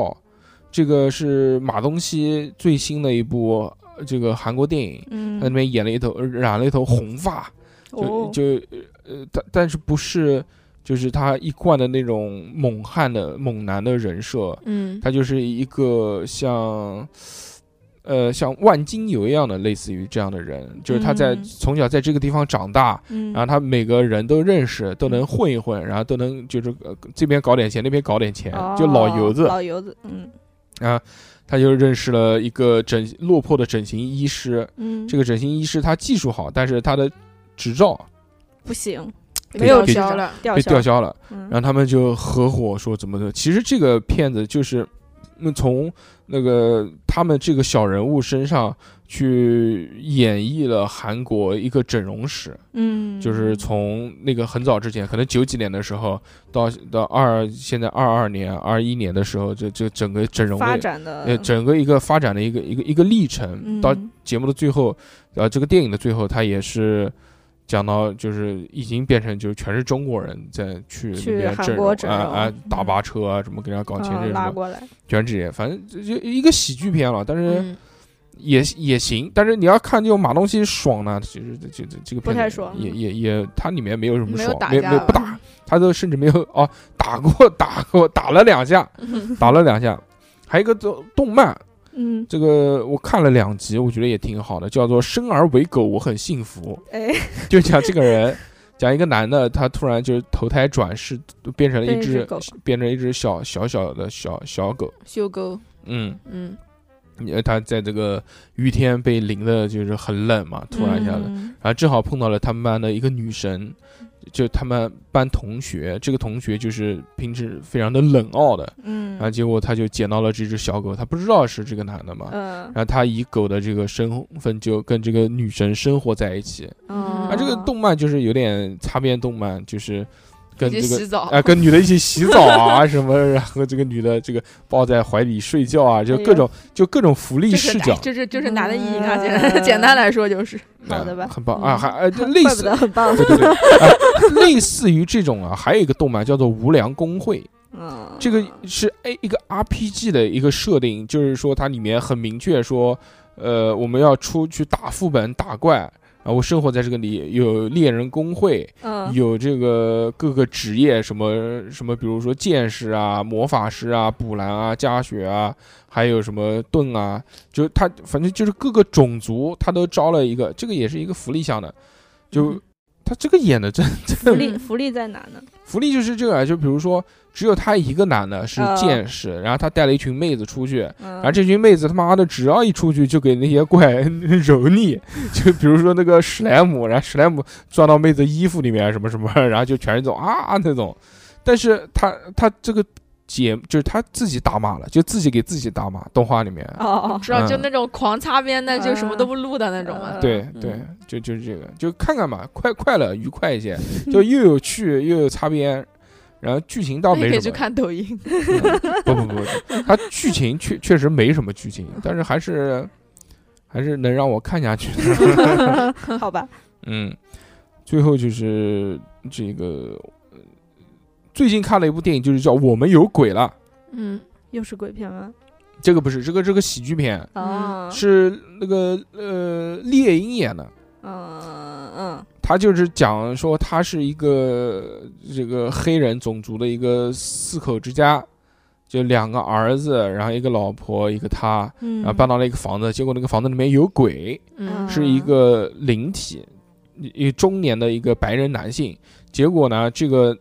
这个是马东锡最新的一部呃这个韩国电影，嗯他那边演了一头染了一头红发，就哦就呃，但但是不是就是他一贯的那种猛汉的猛男的人设，嗯他就是一个像。呃，像万金油一样的，类似于这样的人，就是他在嗯从小在这个地方长大，嗯然后他每个人都认识，都能混一混，然后都能就是、呃这边搞点钱，那边搞点钱，啊就老油子哦老油子，嗯啊。他就认识了一个整落魄的整形医师，嗯，这个个整形医师他技术好，但是他的执照不行，没有给交了，吊被吊销，销了，嗯然后他们就合伙说怎么的。其实这个骗子就是，嗯，从那个他们这个小人物身上去演绎了韩国一个整容史，嗯，就是从那个很早之前，可能九几年的时候，到到二现在二二年、二一年的时候，这这整个整容发的展的呃整个一个发展的一个一个一个历程，嗯到节目的最后，呃，这个电影的最后，它也是讲到就是已经变成就是全是中国人在去去那边韩整容国啊整容啊嗯大巴车啊什么给人家搞钱嗯这拉种过来，全是这些，反正就就一个喜剧片了，但是。嗯也也行，但是你要看这种马东锡爽呢，其实这这这这个不片子太爽也也也，它里面没有什么没爽有，打没有架没有吧不打，他都甚至没有哦打过 (laughs) 打过打了两 (laughs) 下，打了两下，还有一个动动漫，嗯，这个我看了两集，我觉得也挺好的，叫做《生而为狗，我很幸 (laughs) 福哎，》，就讲这个人。讲一个男的，他突然就是投胎转世，变成了一变一只只狗变成一只小小小的小小狗，修沟，嗯，嗯，呃，他在这个雨天被淋的，就是很冷嘛，突然一下子，嗯然后正好碰到了他们班的一个女神，就他们班同学，这个同学就是平时非常的冷傲的，然后嗯结果他就捡到了这只小狗，他不知道是这个男的嘛，嗯然后他以狗的这个身份就跟这个女神生活在一起，嗯啊，这个动漫就是有点擦边动漫，就是跟去这个洗澡啊、，跟女的一起洗澡啊什么， (laughs) 然后这个女的这个抱在怀里睡觉啊，就哎各呦种、就各种福利这视是角，这是这是男的意淫啊，嗯简简单来说就是，好的嗯吧很棒嗯啊，还呃就类怪不似得很 (laughs) 棒，对对对，啊类似于这种啊，还有一个动漫叫做《无良公会》，嗯，这个是 A 一个 RPG 的一个设定，就是说它里面很明确说，呃，我们要出去打副本、打怪，然后我生活在这个里，有猎人工会，嗯有这个各个职业，什么什么，比如说剑士啊、魔法师啊、补蓝啊、加血啊，还有什么盾啊，就是他反正就是各个种族他都招了一个，这个也是一个福利项的， (laughs) 就嗯他这个演的真福真利福利在哪呢？福利就是这个，啊就比如说只有他一个男的是嗯啊剑士，然后他带了一群妹子出去。嗯然后这群妹子他妈的，只要一出去就给那些怪 (laughs) 蹂躏，就比如说那个史莱姆，然后史莱姆钻到妹子衣服里面什么什么，然后就全是这种啊那种。但是他他这个姐就是他自己打码了，就自己给自己打码，动画里面。哦知道就嗯那种狂擦边的，就什么嗯都不录的那种嘛，对嗯对，就就是这个，就看看吧，快快乐愉快一些，就又有趣又有擦边，然后剧情倒那也没可以什去么。看抖音，嗯 (laughs) 不不不，它剧情确确实没什么剧情，但是还是还是能让我看下去的。 (laughs) 哦，好吧，嗯，最后就是这个呃最近看了一部电影，就是叫《我们有鬼了》。嗯又是鬼片吗？这个不是，这个这个喜剧片，哦，嗯是那个呃猎鹰演的。嗯嗯他就是讲说，他是一个这个黑人种族的一个四口之家，就两个儿子，然后一个老婆，一个他，嗯，然后搬到了一个房子，结果那个房子里面有鬼，嗯是一个灵体，一一中年的一个白人男性。结果呢，这个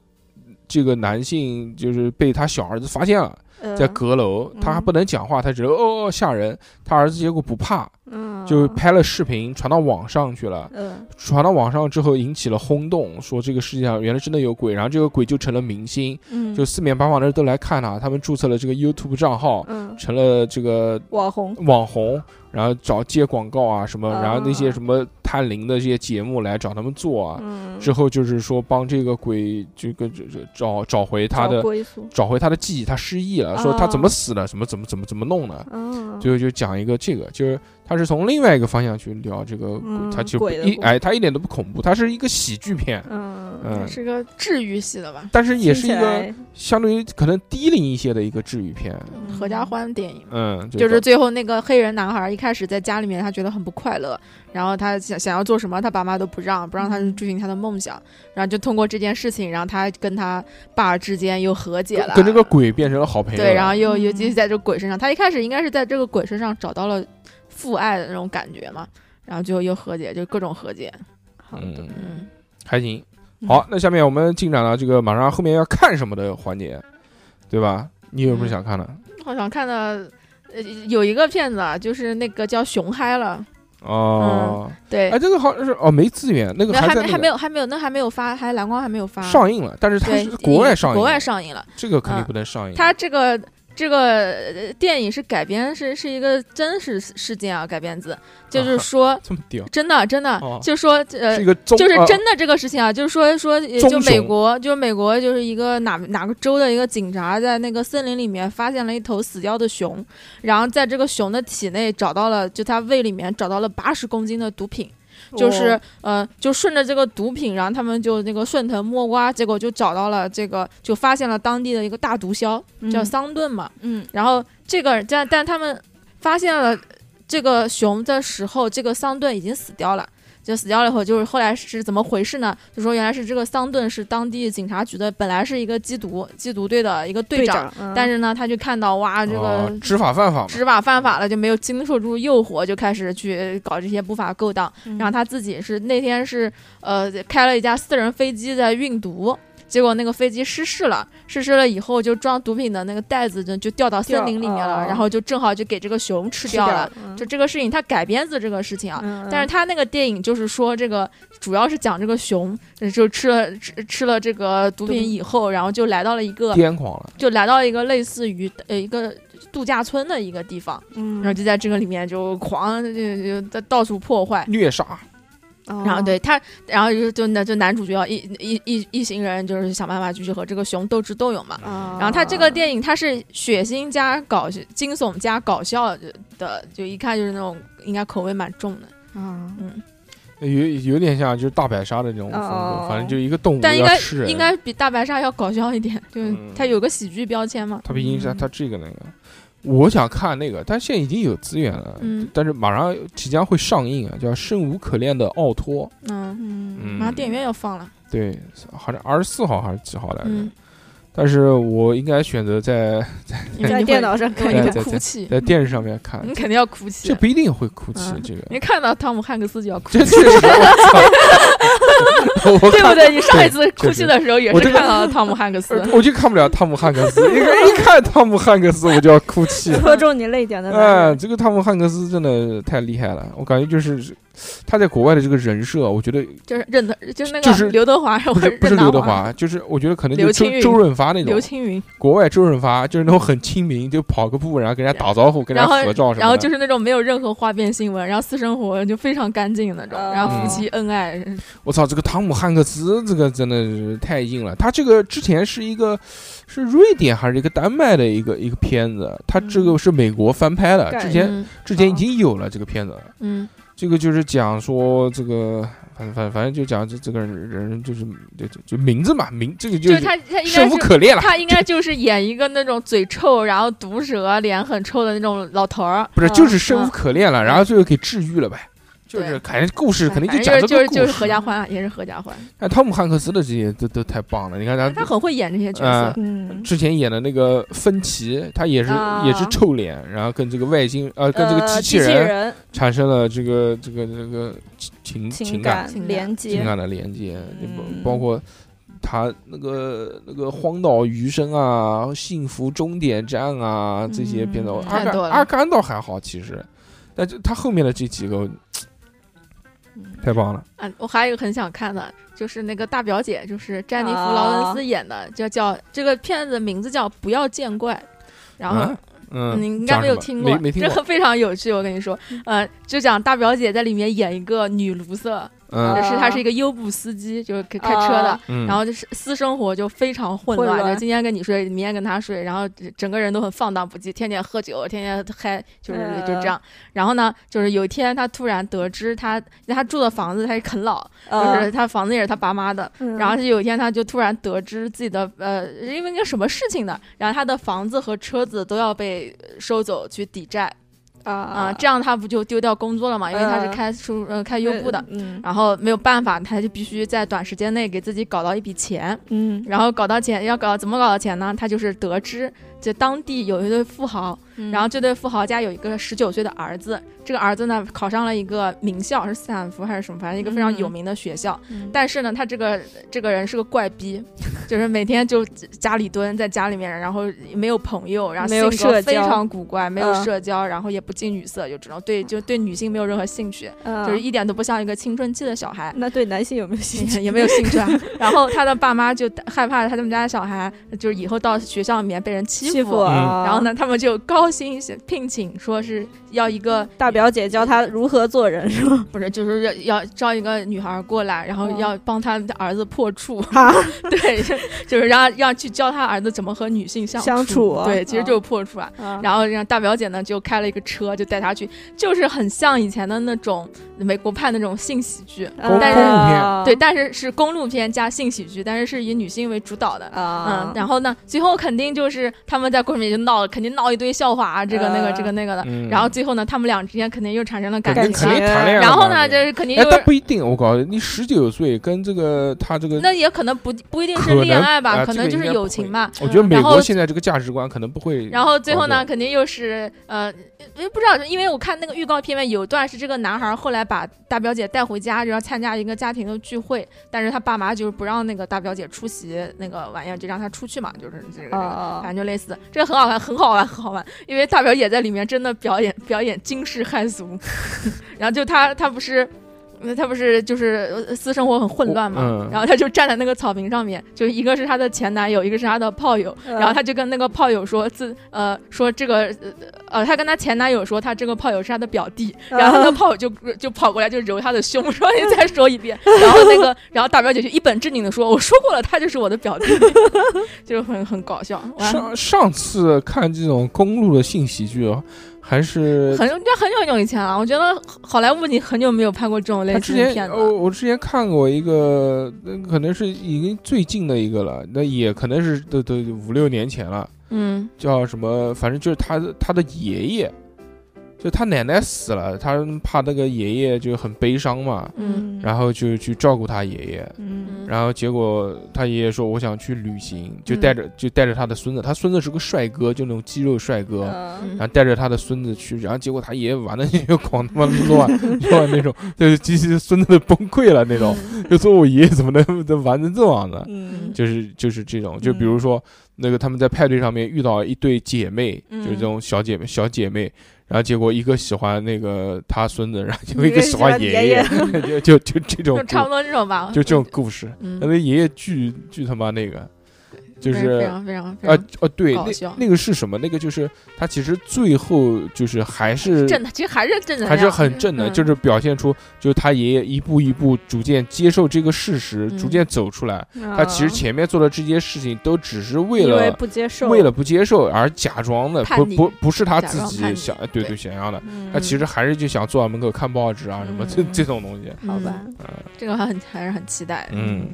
这个男性就是被他小儿子发现了，在阁楼，他还嗯不能讲话，他只是哦哦吓人。他儿子结果不怕，嗯，就拍了视频传到网上去了。嗯传到网上之后引起了轰动，说这个世界上原来真的有鬼，然后这个鬼就成了明星，嗯，就四面八方的人都来看啊他，他们注册了这个 YouTube 账号，嗯成了这个网红，网红，然后找接广告啊什么，啊然后那些什么探灵的这些节目来找他们做啊。嗯，之后就是说帮这个鬼，这个这这找找回他找的归宿，找回他的记忆，他失忆了，说他怎么啊死的，怎么怎么怎么怎么弄的，嗯，最后就讲一个这个，就是他是从另外一个方向去聊这个鬼，嗯他就不鬼的一故事哎，他一点都不恐怖，他是一个喜剧片，嗯，嗯，是个治愈系的吧，但是也是一听起个来相对于可能低龄一些的一个治愈片，合嗯家欢电影。嗯，就是最后那个黑人男孩一开始在家里面，他觉得很不快乐，然后他想想要做什么，他爸妈都不让，不让他去追寻他的梦想，然后就通过这件事情，然后他跟他爸之间又和解跟了，跟这个鬼变成了好朋友了，对，然后又嗯又继续在这个鬼身上，他一开始应该是在这个鬼身上找到了父爱的那种感觉嘛，然后最后又和解，就各种和解，好的嗯，嗯，还行。嗯好，那下面我们进展到这个马上后面要看什么的环节，对吧？你有什么想看的？我想看的。呃，有一个片子啊，就是那个叫《熊嗨了哦，》，对，哎，这个好像是哦，没资源，那个嗯没有还在没还没那有还没有，那还没有发，还蓝光还没有发个，上映了，但是它对是，国外上映，嗯国外上映了，这个肯定不能上映。它这个这个呃电影是改编是是一个真实事件啊，改编自就是说这么屌，真的真的哦，就是说呃是一。个中，就是呃真的这个事情啊，就是说说，呃棕就美熊国，就是美国，就是一个哪哪个州的一个警察，在那个森林里面发现了一头死掉的熊，然后在这个熊的体内找到了，就它胃里面找到了八十公斤的毒品，就是、呃，就顺着这个毒品，然后他们就那个顺藤摸瓜，结果就找到了这个，就发现了当地的一个大毒枭，叫嗯桑顿嘛。嗯然后这个但但他们发现了这个熊的时候，这个桑顿已经死掉了。就死掉了以后，就是后来是怎么回事呢？就说原来是这个桑顿是当地警察局的，本来是一个缉毒缉毒队的一个队长，长，嗯但是呢，他就看到哇，这个哦知法犯法嘛，执法犯法了，就没有经受住诱惑，就开始去搞这些不法勾当。嗯然后他自己是那天是呃开了一架私人飞机在运毒，结果那个飞机失事了，失事了以后就装毒品的那个袋子就就掉到森林里面掉了，哦然后就正好就给这个熊吃掉掉了。，就这个事情，他改编自这个事情啊。嗯，但是他那个电影就是说，这个主要是讲这个熊，就吃了吃吃了这个毒毒品品以后，然后就来到了一个，癫狂了。就来到了一个类似于呃一个度假村的一个地方，嗯，然后就在这个里面就狂就就就到处破坏，虐杀，然然后哦对他，然后就就那就男主角一一一一行人就是想办法去和这个熊斗智斗勇嘛。啊，然后他这个电影它是血腥加搞笑惊悚加搞笑的，就一看就是那种应该口味蛮重的，啊，嗯，有有点像就是大白鲨的这种风格哦，反正就一个动物但应要该吃人，应该比大白鲨要搞笑一点，就是嗯它有个喜剧标签嘛，它毕竟嗯是它这个那个。我想看那个，但现在已经有资源了，嗯但是马上即将会上映啊，叫《生无可恋的奥托》，嗯，嗯嗯马上电影院要放了，对，好像二十四号还是几号来着？嗯，但是我应该选择 (laughs) 在因为在你电会脑上因看为一你看在会哭泣，在电视上面看你，肯定要哭这泣，不一定会哭泣，嗯这个你看到汤姆汉克斯就要 (laughs) 哭这确实，我 (laughs) 操，我对不看对？你上一次对哭泣的时候也我是这个看到了汤姆汉克斯，我就看不了汤姆汉克斯，一个一看汤姆汉克斯我就要哭泣， (laughs) (laughs) 戳中你泪点的男哎，人，这个汤姆汉克斯真的太厉害了，我感觉就是他在国外的这个人设，我觉得就是任的，就是那就是个刘德华，不或是者不是任达刘德华、华，就是我觉得可能就刘周青云周润发那种刘，青云，国外周润发就是那种很亲民，就跑个步，然后跟人家打招呼，跟人然家后合照什么的。然后就是那种没有任何花边新闻，然后私生活就非常干净的那种，哦然后夫妻恩爱，我操，这个汤姆汉克斯这个真的是太硬了。他这个之前是一个是瑞典还是一个丹麦的一个一个片子，他这个是美国翻拍的，嗯之前嗯之前已经有了这个片子了。嗯这个就是讲说这个，反反反正就讲这这个人人就是就就就名字嘛，名这个就是是他他应该生无是。可恋了，他应该就是演一个那种嘴臭，然后毒舌、脸很臭的那种老头儿，不是嗯就是生无可恋了，嗯然后最后给治愈了呗。就是对肯定故事肯定反正讲是这就个是故就是合事。家欢啊，也是合家欢。哎，汤姆汉克斯的这些都都太棒了，你看哎他他很会演这些嗯角色，嗯，之前演的那个芬奇，他也是啊也是臭脸，然后跟这个外星呃跟这个呃机器器人人产生了这个这个这个情嗯情感感情感连情接，感的连接，就包嗯包括他那个那个荒岛余生啊、幸福终点站啊这些片子，嗯阿太甘多了阿甘倒还好其实，但就他后面的这几个嗯太棒了。啊，我还有一个很想看的，就是那个大表姐，就是詹妮弗·劳伦斯演的，就叫这个片子名字叫《不要见怪》，然后、啊嗯，你应该没有听过，没没听这过，个非常有趣。我跟你说，呃，就讲大表姐在里面演一个女卢瑟，嗯啊就是她是一个优步司机，就是开开车的啊，嗯，然后就是私生活就非常混混乱，乱就今天跟你睡，明天跟他睡，然后整个人都很放荡不羁，天天喝酒，天天嗨，就是呃就这样。然后呢，就是有一天她突然得知她她住的房子她是啃老，就是她房子也是她爸妈的，啊嗯然后有一天，他就突然得知自己的呃，因为一个什么事情呢？然后他的房子和车子都要被收走去抵债啊啊、这样他不就丢掉工作了嘛？因为他是嗯开出呃开优步的，，嗯然后没有办法，他就必须在短时间内给自己搞到一笔钱。嗯然后搞到钱要搞怎么搞到钱呢？他就是得知这当地有一对富豪，嗯然后这对富豪家有一个十九岁的儿子，这个儿子呢考上了一个名校，是斯坦福还是什么，反正一个非常有嗯名的学校。嗯但是呢，他这个这个人是个怪逼， (laughs) 就是每天就家里蹲在家里面，然后没有朋友，然后没有性格社交非常古怪，没有嗯社交，然后也不近女色，就这种对就对女性没有任何兴趣，嗯就是一点都不像一个青春期的小孩。 (laughs) 那对男性有没有兴趣？也没有兴 (laughs) 趣啊，然后他的爸妈就害怕他们家小孩就是以后到学校里面被人 (laughs) 欺欺负嗯啊！然后？呢，他们就高薪聘请，说是要一个大表姐教他如何做人是吧？不是就是要要招一个女孩过来，然后嗯要帮他的儿子破处，哈， (laughs) 对，就是让让去教他儿子怎么和女性相相处啊对，其实嗯就是破处啊。然 (laughs) 然后让大表姐呢就开了一个车，就带他去，就是很像以前的那种美国派那种性喜剧，嗯公但是公路片啊对，但是是公路片加性喜剧，但是是以女性为主导的。嗯啊，，然后呢，最后肯定就是他们在过程里面就闹了，肯定闹一堆笑话啊，这个那个啊这个那个的。嗯然后最后呢，他们俩之间肯定又产生了感肯定情肯定。谈恋爱了嘛，然后呢，这肯定哎，又但不一定，我告诉你，你十九岁跟这个他这个那也可能不不一定可是能嗯恋爱吧，啊可这能个就应是该友不情会吧。我觉得美然国后现在这个价值观可能不会。然后最后呢，搞肯定又是呃，也不知道，因为我看那个预告片里面有一段是这个男孩后来把大表姐带回家，然后参加一个家庭的聚会，但是他爸妈就是不让那个大表姐出席那个晚宴，就让她出去嘛，就是这个。这个啊反正就类似，这个很好玩，很好玩，很好玩。因为大表姐在里面真的表演表演惊世骇俗， (laughs) 然后就她她不是，她不是就是呃私生活很混乱嘛，嗯然后她就站在那个草坪上面，就是一个是她的前男友，一个是她的炮友，嗯然后她就跟那个炮友说自呃说这个呃呃，她跟她前男友说她这个炮友是她的表弟，然后那个炮友就就跑过来就揉她的胸， (laughs) 说你再说一遍，然后那个然后大表姐就一本正经的说我说过了，他就是我的表弟， (laughs) 就很很搞笑，完了上上次看这种公路的性喜剧啊，还是很这很久很久以前了，我觉得好莱坞已经很久没有拍过这种类他之型的前哦片子我了。我之前看过一个，那可能是已经最近的一个了，那也可能是都都五六年前了，嗯叫什么？反正就是他他的爷爷，就他奶奶死了，他怕那个爷爷就很悲伤嘛，嗯然后就去照顾他爷爷，嗯嗯，然后结果他爷爷说我想去旅行，就带着、就带着他的孙子，他孙子是个帅哥，就那种肌肉帅哥。嗯然后带着他的孙子去，然后结果他爷爷玩的就狂他妈乱 (laughs) 乱那种，就是其实孙子都崩溃了那种，就说我爷爷怎么能能玩成这样呢？嗯就是就是这种，就比如说那个他们在派对上面遇到一对姐妹，嗯就是这种小姐妹小姐妹，然后结果一个喜欢那个他孙子，然后结果一个喜欢爷一个，就 (laughs) 就就这种就差不故，多这种吧，就这种故事。啊嗯那，爷爷巨巨他妈那个，就非是常非常非啊常哦对，搞那笑那个是什么？那个就是他其实最后就是还是正的，其实还是正能量，还是很正的，嗯就是表现出就是他爷爷一步一步逐渐接受这个事实，嗯啊逐渐走出来。嗯他其实前面做的这些事情都只是为因为了不接受，为了不接受而假装的，叛不逆不不是他假自装叛己逆想对对对想要的，嗯他其实还是就想坐在门口看报纸啊什么这嗯这种东西。好吧，这个还很还是很期待的。嗯，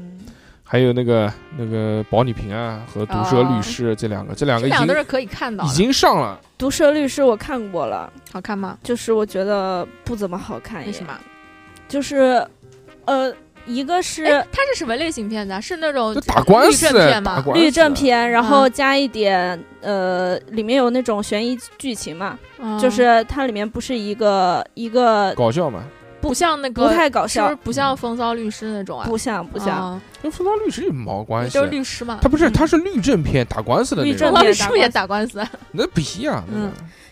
还有那个那个保你平安和毒舌律哦师这两个，这两这个已两经个都是可以看到已的，经上了。毒舌律师我看过了，好看吗？就是我觉得不怎么好看，为什？么？就是呃，一个哎是，它是什么类型片子啊？是那种就打官律司政，片打吗？官司，律政片，然后嗯加一点呃，里面有那种悬疑剧情嘛，嗯就是它里面不是一个一个搞笑嘛，不像那不个太搞是不笑是，不像风骚律师那种啊？不像不像，啊，跟风骚律师有毛关系啊就？是律师嘛。嗯他不是，他是律政片，打官司的那律政种风，骚律打师官也司打官司，那不一样。那个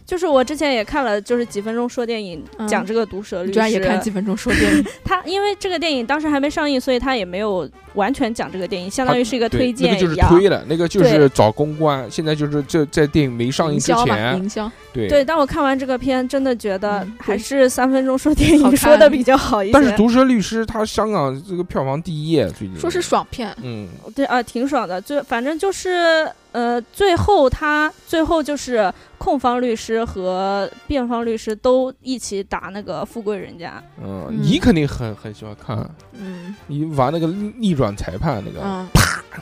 就是我之前也看了，就是几分钟说电影嗯讲这个毒舌律居然也看师，几分钟说电影，他因为这个电影当时还没上映，所以他也没有完全讲这个电影，相当于是一个对推那荐个就是一样。推了，那个就对是找公关。现在就是这在电影没上映营之销嘛，前，营销。对对，但我看完这个片，真的觉得嗯还对是三分钟说电好影看说的比较好一些。但是《毒舌律师》他香港这个票房第一，最近说是爽片，嗯，对啊，挺爽的。最反正就是呃，最后他最后就是控方律师和辩方律师都一起打那个富贵人家。嗯，嗯你肯定很很喜欢看，嗯你玩那个逆逆转裁判那个，嗯， (laughs)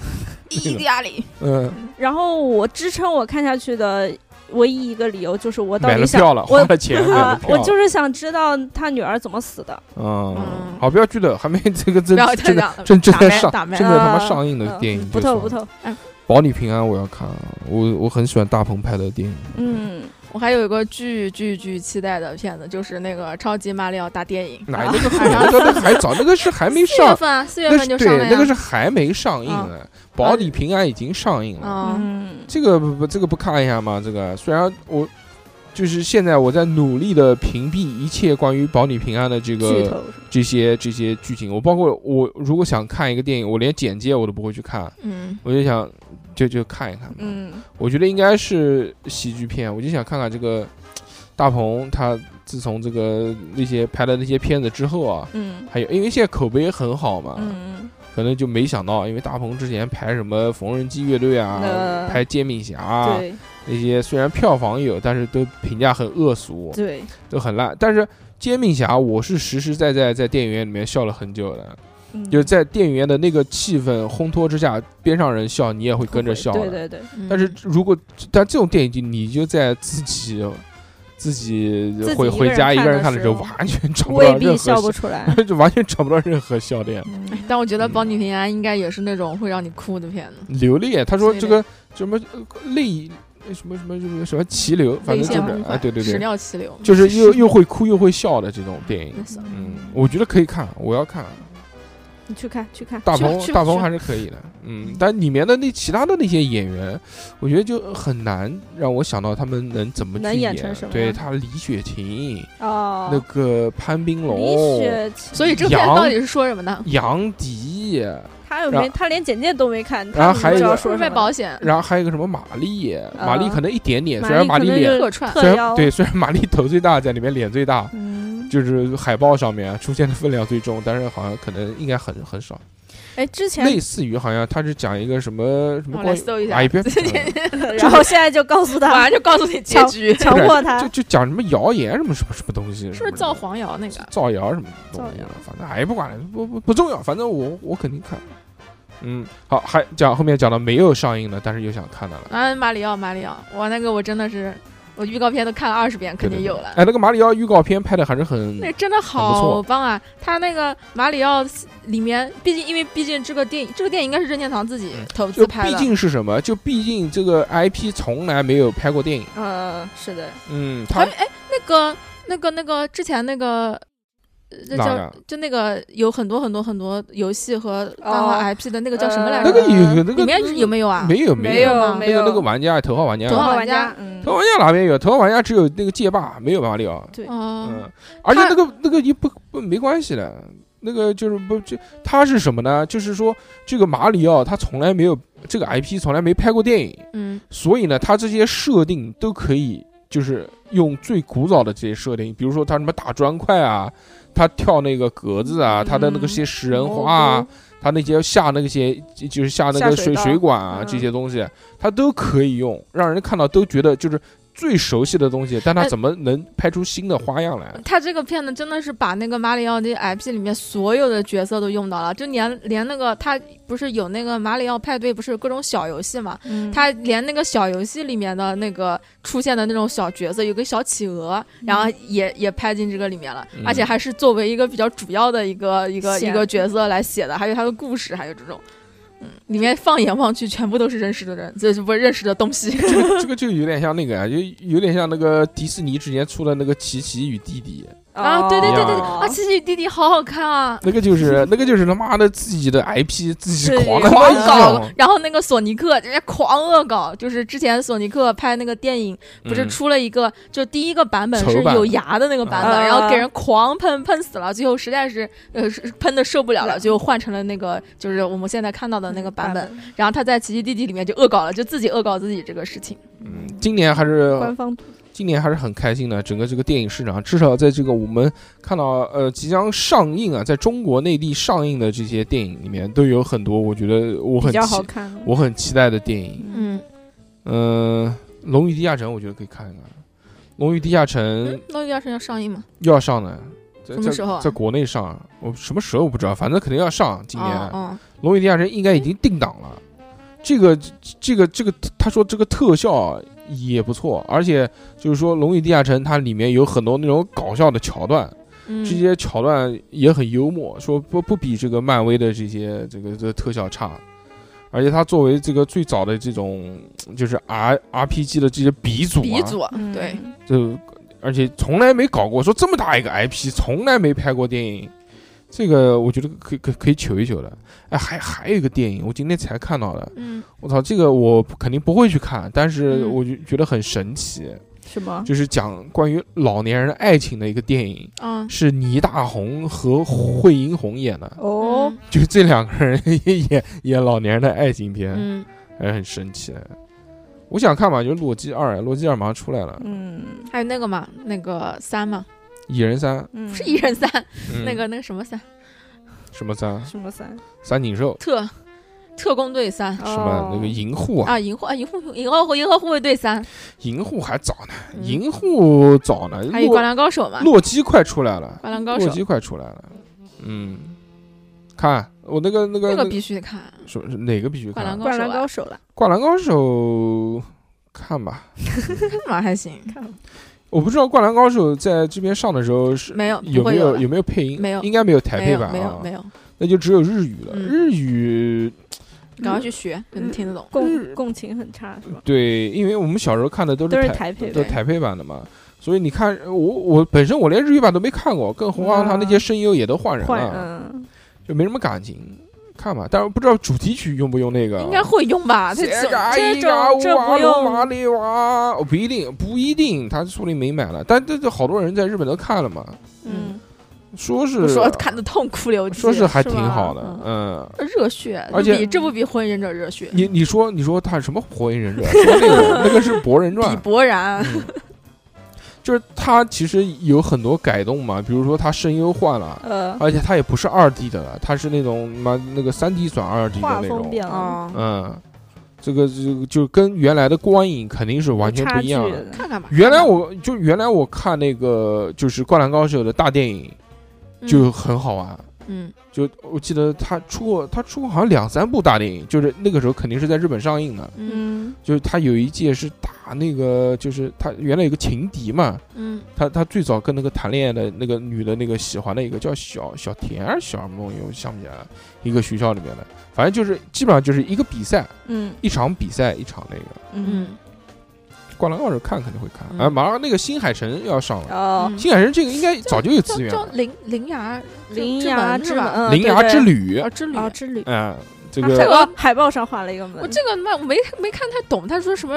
意大 (laughs) 利，嗯，然后我支撑我看下去的唯一一个理由就是我到买底了想票了，我花了钱买了啊，票 (laughs) 我了，就是想知道他女儿怎么死的。嗯嗯，好，不要剧透，还没这个不真要真太的讲了，正正打在麦上打麦正在他妈啊上映的嗯电影，不透不。透，保你平安，我要看，我我很喜欢大鹏拍的电影，嗯，我还有一个巨巨巨期待的片子，就是那个《超级马里奥大电影》。哪 (laughs) 那个后面那个那个还早，那个是还没啊四月上，份啊，四月那份是就对上了呀。那个是还没上映嗯呢，保你平安已经上映了。啊，嗯，这个不不，这个不看一下吗？这个虽然我就是现在我在努力的屏蔽一切关于保你平安的这剧个透这些这些剧情，我包括我如果想看一个电影，我连简介我都不会去看，嗯我就想就就看一看。，嗯我觉得应该是喜剧片，我就想看看这个大鹏他自从这个那些拍的那些片子之后啊。嗯还有，因为现在口碑很好嘛，嗯可能就没想到，因为大鹏之前拍什么《缝纫机乐队》啊，呃拍《煎饼侠》啊，对那些虽然票房有，但是都评价很恶俗，对，都很烂。但是《煎饼侠》，我是实实在在在电影院里面笑了很久的，嗯就是在电影院的那个气氛烘托之下，边上人笑，你也会跟着笑对的。对对，嗯但是如果但这种电影，就你就在自己自己自己回一个回人家一看个人的看的时时候，候完全找不到未任必何笑不笑，出来。 (laughs) 就完全找不到任何笑点。哎但我觉得《嗯保你平安》应该也是那种会让你哭的片子。流泪，他说催这个什么呃泪什么什么什么什么急流，反泪正腺就是崩啊，坏，对对屎对，尿齐流，就是又又会哭又会笑的这种电影。那是嗯，我觉得可以看，我要看。你去看去看，大去吧鹏去吧大鹏去吧还是可以的，嗯，但里面的那其他的那些演员，我觉得就很难让我想到他们能怎么去能演成什么对样他李雪琴，哦，那个哦潘斌李龙，雪琴，所以这片羊到底是说什么呢？杨迪，他又然没他连简介都没看，然后他还有不知一道个是不是说什卖么保险、然后还有个什么马丽，马丽啊可能一点点，马虽然丽马可丽能脸就客串？特虽然邀对，虽然玛丽头最大，在里面脸最大，嗯，就是海报上面出现的分量最重，但是好像可能应该很很少，哎，之前，类似于好像他是讲一个什么什么我关来于搜一下哎，(laughs) (laughs) 别然后现在就告诉马他上就告诉你结瞧局，(laughs) (laughs) 强迫他就，就讲什么谣言什么什么什么东西，是不是造黄谣那什么个的？造谣什么东西造谣的？反正哎不管了，不不不重要，反正我我肯定看。嗯，好，还讲后面讲到没有上映的，但是又想看的了。啊，马里奥，马里奥，我那个我真的是，我预告片都看了二十遍，肯对定对有对了。哎，那个马里奥预告片拍的还是很那真的好错棒啊！他那个马里奥里面，毕竟因为毕竟这个电影，这个电影应该是任天堂自己嗯投就资拍毕的，竟是什么？就毕竟这个 IP 从来没有拍过电影。嗯，是的，嗯，他还有哎，那个那个那个之前那个，呃那哪啊叫个就那个有很多很多很多游戏和漫画哦 IP 的那个叫什么来那个着？有那个呃里面有没有啊？没有没有有没那个那个有玩家头号玩家头头号号玩玩家家，嗯头号，玩家哪边有头号玩家只有那个街霸没有马里奥，对，嗯，嗯，而且他那个那个也不不没关系的，那个就是不这他是什么呢？就是说这个马里奥他从来没有这个 IP 从来没拍过电影，嗯所以呢他这些设定都可以就是用最古早的这些设定，比如说他什么打砖块啊，他跳那个格子啊，他的那个嗯些食人花啊。他那些下那些就是下那下个水水道水管啊、嗯这些东西，他都可以用，让人看到都觉得就是最熟悉的东西，但他哎怎么能拍出新的花样来？他这个片子真的是把那个马里奥的 IP 里面所有的角色都用到了，就连连那个他不是有那个马里奥派对，不是有各种小游戏嘛？嗯他连那个小游戏里面的那个出现的那种小角色，有个小企鹅，然后也也拍进这个里面了，嗯而且还是作为一个比较主要的一个一个写一个角色来写的，还有他的故事，还有这种。嗯，里面放眼望去，全部都是认识的人，这是不是认识的 (laughs) 东西。 (laughs) 这个这个就有点像那个啊，就有点像那个迪士尼之前出的那个《奇奇与弟弟》，啊，对对对对对，哦啊，奇奇弟弟好好看啊，那个就是那个就是他妈的自己的 IP 自己对狂那狂那搞种，，然后那个索尼克人家狂恶搞，就是之前索尼克拍那个电影，不是嗯出了一个，就第一个版本丑是版有牙的那个版本，啊然后给人狂喷，喷死了，最后实在是呃是喷的受不了了，就换成了那个就是我们现在看到的那个版本。然后他在《奇迹弟弟》里面就恶搞了，就自己恶搞自己这个事情。嗯，今年还是官方图今年还是很开心的，整个这个电影市场，至少在这个我们看到呃即将上映啊，在中国内地上映的这些电影里面，都有很多我觉得我比很较好期看的。我很期待的电影。嗯，嗯，嗯、《龙与地下城》我觉得可以看一看，《龙与地下城》那第二要上映吗？又要上呢，在嗯什么时候嗯啊呃在在国内上，我什么时候我不知道，反正肯定要上。今年哦《哦龙与地下城》应该已经定档了。这个这个这个，他说这个特效啊也不错，而且就是说《龙与地下城》它里面有很多那种搞笑的桥段，嗯，这些桥段也很幽默，说不不比这个漫威的这些这个这个特效差，而且它作为这个最早的这种就是 R R P G 的这些鼻祖、啊，鼻祖嗯对，就而且从来没搞过说这么大一个 IP，从来没拍过电影，这个我觉得可以可以可以求一求的。哎，还还有一个电影，我今天才看到的，嗯，我操，这个我肯定不会去看，但是嗯我就觉得很神奇，什么？就是讲关于老年人的爱情的一个电影。嗯，是倪大红和惠英红演的，哦，嗯就这两个人演演老年人的爱情片，嗯，还很神奇。我想看嘛，就是《洛基二》，《洛基二》马上出来了，嗯还有那个嘛，那个三嘛，蚁人三》嗯，不是一人三，嗯那个那个什么三，什么三？嗯什么三？三井寿特特工队三。什么哦那个银护啊，啊，银护啊，银护银河护银河护卫队三，银护还早呢，嗯银护早呢，还有洛灌篮高手嘛，洛基快出来了，灌篮高洛手基快出来了，嗯，看我那个那个那个那必须得看，什么哪个必须灌看篮啊？灌篮高手高啊手了，灌篮高手看吧，干嘛还行，我不知道灌篮高手在这边上的时候是没有有嗯不没会有的有没有配音，没有应该没有台没配有版没有啊没，有，那就只有日语了，嗯日语赶快去学，才能嗯听得懂。共共情很差是吧？对，因为我们小时候看的都都是是台台配都对，的台配版的嘛。所以你看，呃我我本身我连日语版都没看过，更何况他那些声优也都换人换了，嗯，就没什么感情。看吧，但是不知道主题曲用不用那个。哎应该会用吧？他这这这种这不用马里娃，哦不一定，不一定，他说不定没买了。但这这好多人在日本都看了嘛，嗯，说我是啊说看的痛哭流 (laughs) 涕，说是还是挺吧好的，嗯嗯。热血，而且比这不比火影忍者热血，你你说你说他什么火影忍者？说那个那个是博人比传，伯然，嗯就是他其实有很多改动嘛，比如说他声优换了，呃，而且它也不是二 D 的了，它是那种妈那个三 D 转二 D 的画那风种，变了，哦，嗯，这个这个就跟原来的光影肯定是完全不一样有差的。距的看看吧。原来我就原来我看那个就是《灌篮高手》的大电影嗯就很好玩，嗯就我记得他出过他出过好像两三部大电影，就是那个时候肯定是在日本上映的，嗯嗯就是他有一届是打那个就是他原来有个情敌嘛，嗯他他最早跟那个谈恋爱的那个女的那个喜欢的一个叫小小田还是小什么东西，我想不起来了，一个学校里面的，反正就是基本上就是一个比赛，嗯一场比赛一场那个。嗯，嗯，灌篮高手看肯定会看，嗯哎，马上那个新海诚要上了，哦，嗯新海诚这个应该早就有资源啊叫了，铃铃芽铃之芽门是之吧？嗯《铃芽之旅旅》啊，之旅啊，之旅，嗯，这啊这个个海报上画了一嗯个门，我这个妈我没没看太懂，他说什么？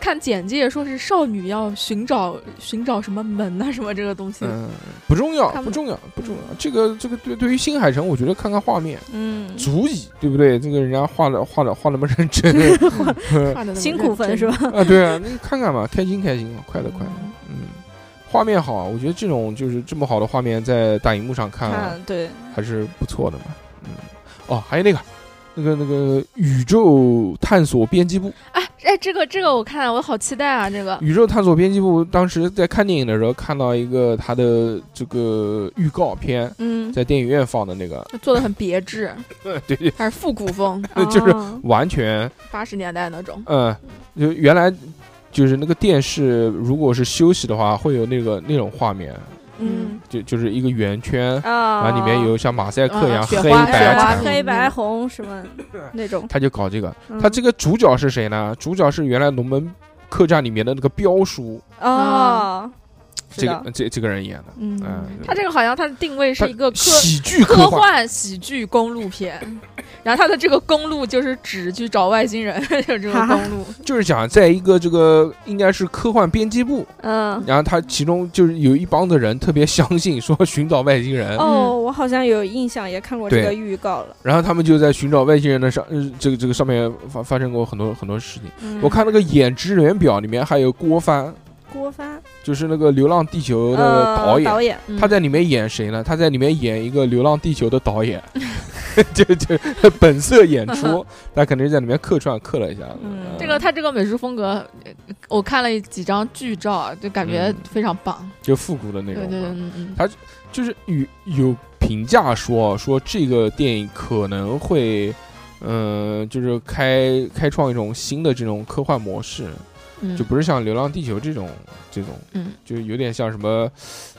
看简介说是少女要寻找寻找什么门啊，什么这个东西。嗯不重要，看不不嗯重要，不重要。这个这个对对于新海诚，我觉得看看画面嗯，足以，对不对？这个人家画的画的画的那么认 (laughs) 真，画得那么辛苦分认是真吧？？啊，对啊，你看看吧，开心开心，快乐快乐，嗯，画面好，啊我觉得这种就是这么好的画面在大荧幕上看、啊看嗯对，还是不错的嘛，嗯，哦，还有那个，那个那个宇宙探索编辑部，哎哎，这个这个我看我好期待啊！这个宇宙探索编辑部当时在看电影的时候看到一个它的这个预告片，嗯，在电影院放的那个，做的很别致， (laughs) 对对，还是复古风， (laughs) 就是哦完全，八十年代那种。嗯，就原来。就是那个电视，如果是休息的话，会有那个那种画面，嗯就就是一个圆圈，嗯啊，然后里面有像马赛克一样啊雪黑花白雪花彩彩黑白红什么那种，嗯他就搞这个。嗯他这个主角是谁呢？主角是原来龙门客栈里面的那个彪叔，嗯哦，这是个呃这这个人演的，嗯嗯，他这个好像他的定位是一个它科喜剧科幻，幻喜剧公路片，然后他的这个公路就是指去找外星人， (laughs) 就是这个公路。就是讲在一个这个应该是科幻编辑部，嗯。然后他其中就是有一帮的人特别相信说寻找外星嗯人，哦，我好像有印象，也看过这哎对个预告了。然后他们就在寻找外星人的上，呃这个这个上面发发生过很多很多事情。嗯我看那个演职员表里面还有郭帆，郭帆就是那个《流浪地球》的呃导演，导演，嗯他在里面演谁呢？他在里面演一个《流浪地球》的导演， (laughs) 就 (laughs) 就本色演 (laughs) 出，他肯定是在里面客串客了一下。嗯嗯这个他这个美术风格，呃我看了几张剧照，就感觉嗯非常棒。就复古的那对种对嘛，对，嗯嗯就是有有评价说说这个电影可能会。嗯，就是开开创一种新的这种科幻模式，嗯，就不是像《流浪地球》这种这种，嗯，就有点像什么，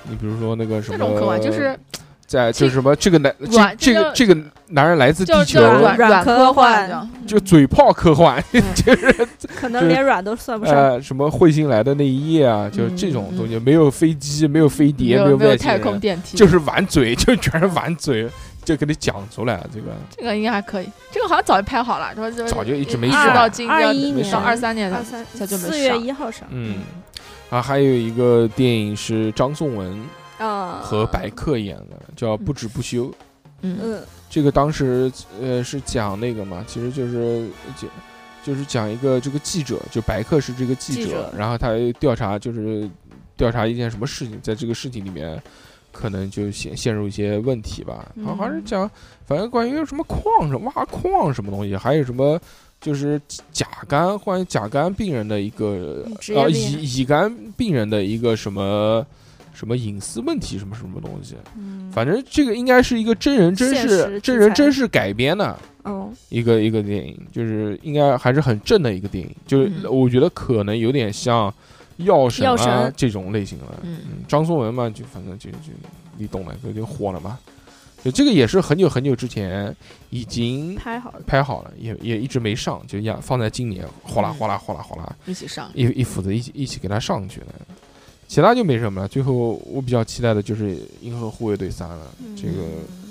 你比如说那个什这么，种科幻就是在这就是什么这个男这软这这个个这个男人来自就地就球，啊软软科幻科幻这样，就嘴炮科幻，嗯可就能是连软都算不上。呃，什么彗星来的那一夜啊，就嗯这种东西，没有飞机，没有飞碟，没有没有外星太空人，啊电梯，就是玩嘴，就全是玩嘴，就给你讲出来了。这个这个应该还可以。这个好像早就拍好了，说这早就一直没一上直到今二要一没年上到二三年的二三他就没四月上一号上，呃嗯，啊，还有一个电影是张颂文啊和白客演的，叫《不止不休》。嗯嗯这个当时呃是讲那个嘛，其实就是就就是讲一个这个记者，就白客是这个记者，记者然后他调查就是调查一件什么事情，在这个事情里面可能就陷陷入一些问题吧。嗯好像是讲反正关于什么矿什么挖矿什么东西，还有什么。就是甲肝，关于甲肝病人的一个嗯职业呃病乙乙肝病人的一个什么什么隐私问题，什么什么东西，嗯，反正这个应该是一个真人真现实事、题真人材真事改编的哦，一个一个电影，就是应该还是很正的一个电影，就是嗯我觉得可能有点像《药神》药啊神这种类型了。嗯嗯，张颂文嘛，就反正就就你懂了，就就火了嘛。就这个也是很久很久之前已经拍好了，拍好了，也也一直没上，就压放在今年哗啦嗯哗啦哗啦哗啦一起上。一一斧子一起一起给它上去了。其他就没什么了。最后我比较期待的就是《银河护卫队三》了，嗯这个。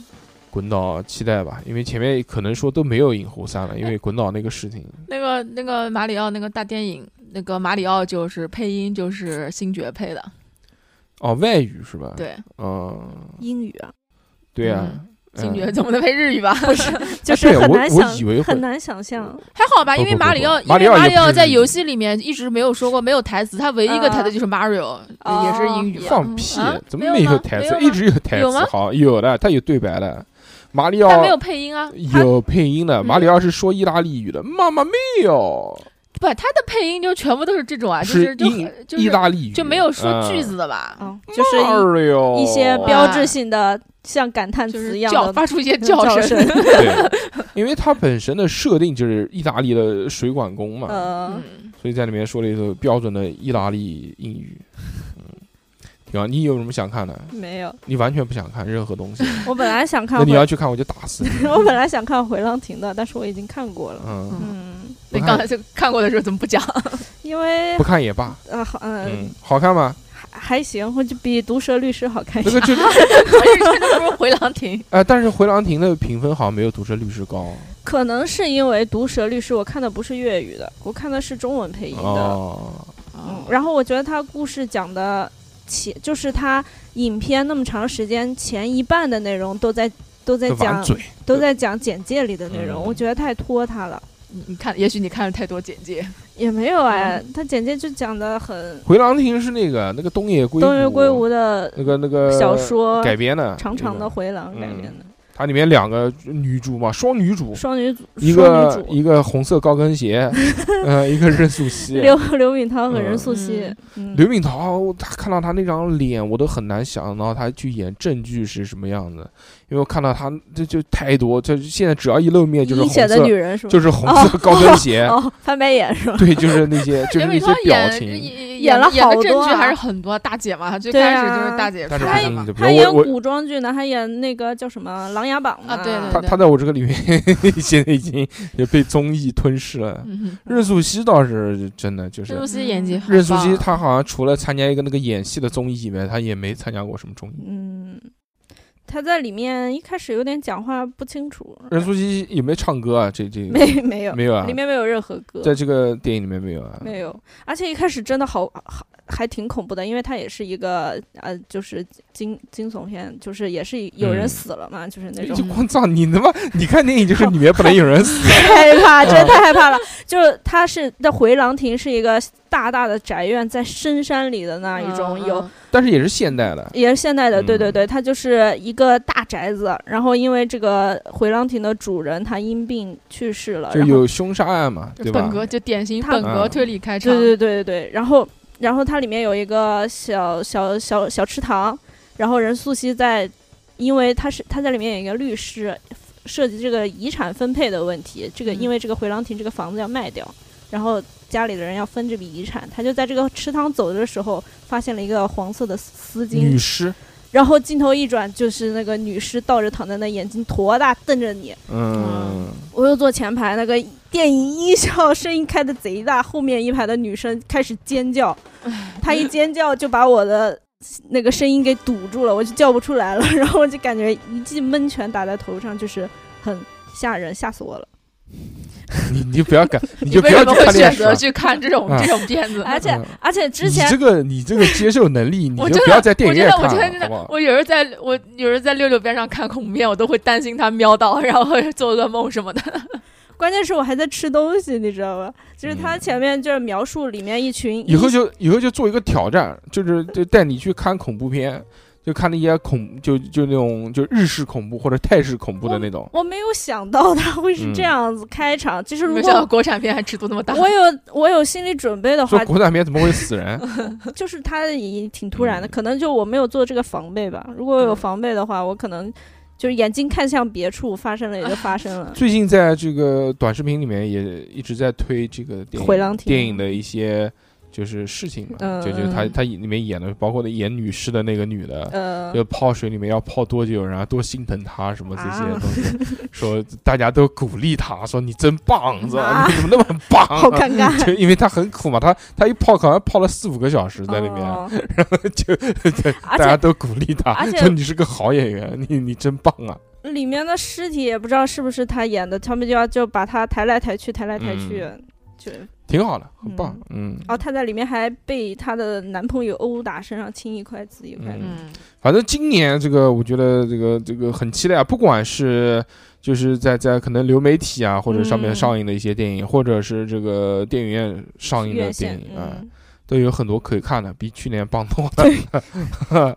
滚岛期待吧，因为前面可能说都没有影湖三了，因为滚岛那个事情，那个那个马里奥那个大电影，那个马里奥就是配音就是星爵配的，哦，外语是吧？，对，嗯，英语啊，对啊，嗯星爵总不能配日语 (laughs) 吧？不是，就是哎对很我难我想以为会很难想象，还好吧，不因为不不马里奥，不马里因奥为也马不里奥是在日语游戏里面一直没有说过没有台词，他唯一一个台词就是 Mario，、也是英语。放屁啊，怎么没有没有吗台没词有？一吗直有台有词吗，好，有的，他有对白的，马里但没有奥配音啊，他有配音的，嗯马里奥是说意大利语的，妈妈没有，不，他的配音就全部都是这种啊，就是就英很就意是大利语，就没有说嗯句。子的吧，哦，就是一就是一些哇标志性的，像感叹哦啊就词是一叫样的发出一些叫声。(laughs) 声，对，因为它本身的设定就是意大利的水管工嘛，呃，嗯，所以在里面说了一首标准的意大利英语。嗯，挺好。你有什么想看的？嗯没有，你完全不想看任何东西， (laughs) 我本来想看那你回，要去看我就打死你。我本来想看《回浪亭》的，但是我已经看过了，嗯，嗯嗯，不你看刚才就看过的时候怎么不 (laughs) 讲？因为不看也罢。呃，好， (laughs) 嗯嗯，，好看吗？还行，或者比《毒舌律师》好看一那些个。 (laughs) 就还是真的不是回廊亭？哎，但是《回廊亭》的评分好像没有《毒舌律师》高可能是因为《毒舌律师》，我看的不是粤语的，我看的是中文配音的。哦。嗯，然后我觉得他故事讲的前，就是他影片那么长时间前一半的内容都在都在就玩讲嘴，都在讲简介里的内容，嗯我觉得太拖沓了。你嗯你看，也许你看了太多简介，也没有哎，嗯他简介就讲的很《回廊亭》是那个那个东野圭东野圭吾吾的那个那个小说呃改编的，长长的那个回廊改嗯编的，它里面两个女主嘛，双女主，双女主，一双个女主一个红色高跟 (laughs) 鞋，呃，一个任素汐，刘刘敏涛和任嗯素汐，嗯刘敏涛，他看到他那张脸，我都很难想到他去演正剧是什么样子，因因为我看到他这就太多，这现在只要一露面就是阴红险的色女，人是吧？就是红色高跟鞋，哦，翻白眼是吧？对，就是那些就是任那伟些超表演情，演演了演好的多正剧啊还是很多大姐嘛，最对开始啊就是大姐但是出来不的行嘛，的，比他如演我我古装剧呢，还演那个叫什么《琅琊榜》啊对对他他在我这个里面 (laughs) 现在已经也被综艺吞噬了。嗯哼，任素汐倒是真的就是任素汐演技很任素棒啊汐，她好像除了参加一个那个演戏的综艺以外，她也没参加过什么综艺。嗯，他在里面一开始有点讲话不清楚，任素汐有没有唱歌啊？这这没没有，没有啊里？面没有任何歌，在这个电影里面没有啊？没有，而且一开始真的好好。还挺恐怖的，因为它也是一个呃，就是惊惊悚片，就是也是有人嗯死了嘛，就是那种就光操你他妈！你看电影就是里面不能有人死， (laughs) 害怕，嗯真的太害怕了。就是它是的回廊亭是一个大大的宅院，在深山里的那一种，嗯有嗯但是也是现代的。也是现代的，对对嗯对，它就是一个大宅子。然后因为这个回廊亭的主人他因病去世了，就然后有凶杀案嘛，就对吧本？格就典型他本格嗯推理开场，对对对对对，然后然后它里面有一个小小小小池塘，然后任素汐在，因为她是她在里面有一个律师，涉及这个遗产分配的问题，这个嗯因为这个回廊亭这个房子要卖掉，然后家里的人要分这笔遗产，她就在这个池塘走的时候发现了一个黄色的丝巾女，尸，然后镜头一转就是那个女尸倒着躺在那，眼睛坨大瞪着你，嗯，我又坐前排，那个电影音效声音开的贼大，后面一排的女生开始尖叫，她一尖叫就把我的那个声音给堵住了，我就叫不出来了， (laughs) 然后我就感觉一记闷拳打在头上，就是很吓人，吓死我了。你你不 (laughs) 要敢，你嗯你就不为要什么去会看电选视择了。去看这种啊这种片子？而且嗯而且之你前这个你这个接受能 (laughs) 力，你我就真不的要在电影院看我真的，我了，好真的不好？我有时候在我有时候在六六边上看恐怖片，我都会担心他瞄到，然后做噩梦什么的。关键是我还在吃东西，你知道吗？就是他前面就是描述里面一嗯群以后就以后就做一个挑战，就是就带你去看恐怖片，就看那些恐就就那种就日式恐怖或者泰式恐怖的那种。我没有想到他会嗯是这样子开场，其实如没想到果国产片还尺度那么大，我有我有心理准备的说话，国产片怎么会死 (laughs) 人？就是他也挺突然的，嗯。可能就我没有做这个防备吧。如果有嗯防备的话，我可能就是眼睛看向别处，发生了也就发生了 (laughs) 最近在这个短视频里面也一直在推这个电影回廊亭电影的一些就是事情嘛，嗯就就他嗯他里面演的，包括那演女尸的那个女的。呃，就泡水里面要泡多久，然后多心疼她什么这些啊东西， (laughs) 说大家都鼓励她，说你真棒，是吧？啊你怎么那么棒、好尴 (laughs) 尬。就因为他很苦嘛，他他一泡好像泡了四五个小时在里面， (laughs) 哦就就而大家且都鼓励他而，且说你是个好演员，你你真棒啊！里面的尸体也不知道是不是他演的，他们就要就把他抬来抬去，抬来抬去，嗯就挺好的，很棒，嗯，哦，她在里面还被她的男朋友殴打，身上青一块紫一块的。嗯，反正今年这个我觉得这个这个很期待啊，不管是就是在在可能流媒体啊或者上面嗯上映的一些电影，或者是这个电影院上映的院电线，影啊、嗯，都有很多可以看的，比去年棒多了。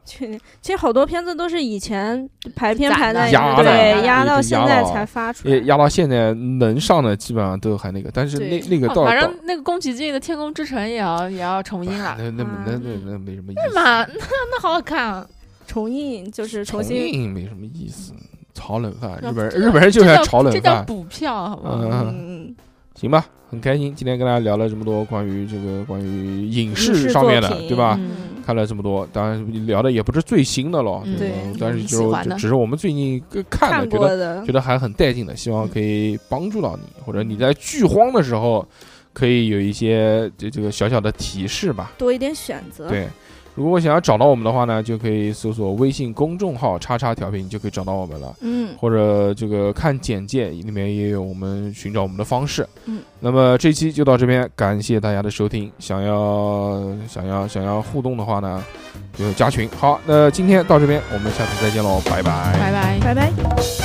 确定。其实好多片子都是以前排片攒排的在压的对压压到的现压在到才发出也来。压到现在能上的基本上都还那个，但是那对那个哦到反到正那个宫崎骏的《天空之城》也要也要重映哎那了，那啊那那那没什么意是思。吗？那那好好看啊！重映就是重重新映没什么意思，炒冷饭。那日本人这叫日本人就这喜叫欢炒冷这叫饭。补票，好吧？嗯，嗯，行吧，很开心，今天跟大家聊了这么多关于这个关于影影视视上面的作，品对吧？嗯看了这么多，当然聊的也不是最新的了，嗯对吧对但是喜就欢就的只是我们最近看看的，觉过得的觉得还很带劲的，希嗯望可以帮助到你，或者你在剧荒的时候可以有一些这这个小小的提示吧。多一点选嗯择。对，如果想要找到我们的话呢，就可以搜索微信公众号“叉叉调频”就可以找到我们了。嗯，或者这个看简介里面也有我们寻找我们的方式。嗯，那么这期就到这边，感谢大家的收听。想要想要想要互动的话呢，就加群。好，那今天到这边，我们下次再见喽，拜拜拜拜。拜拜。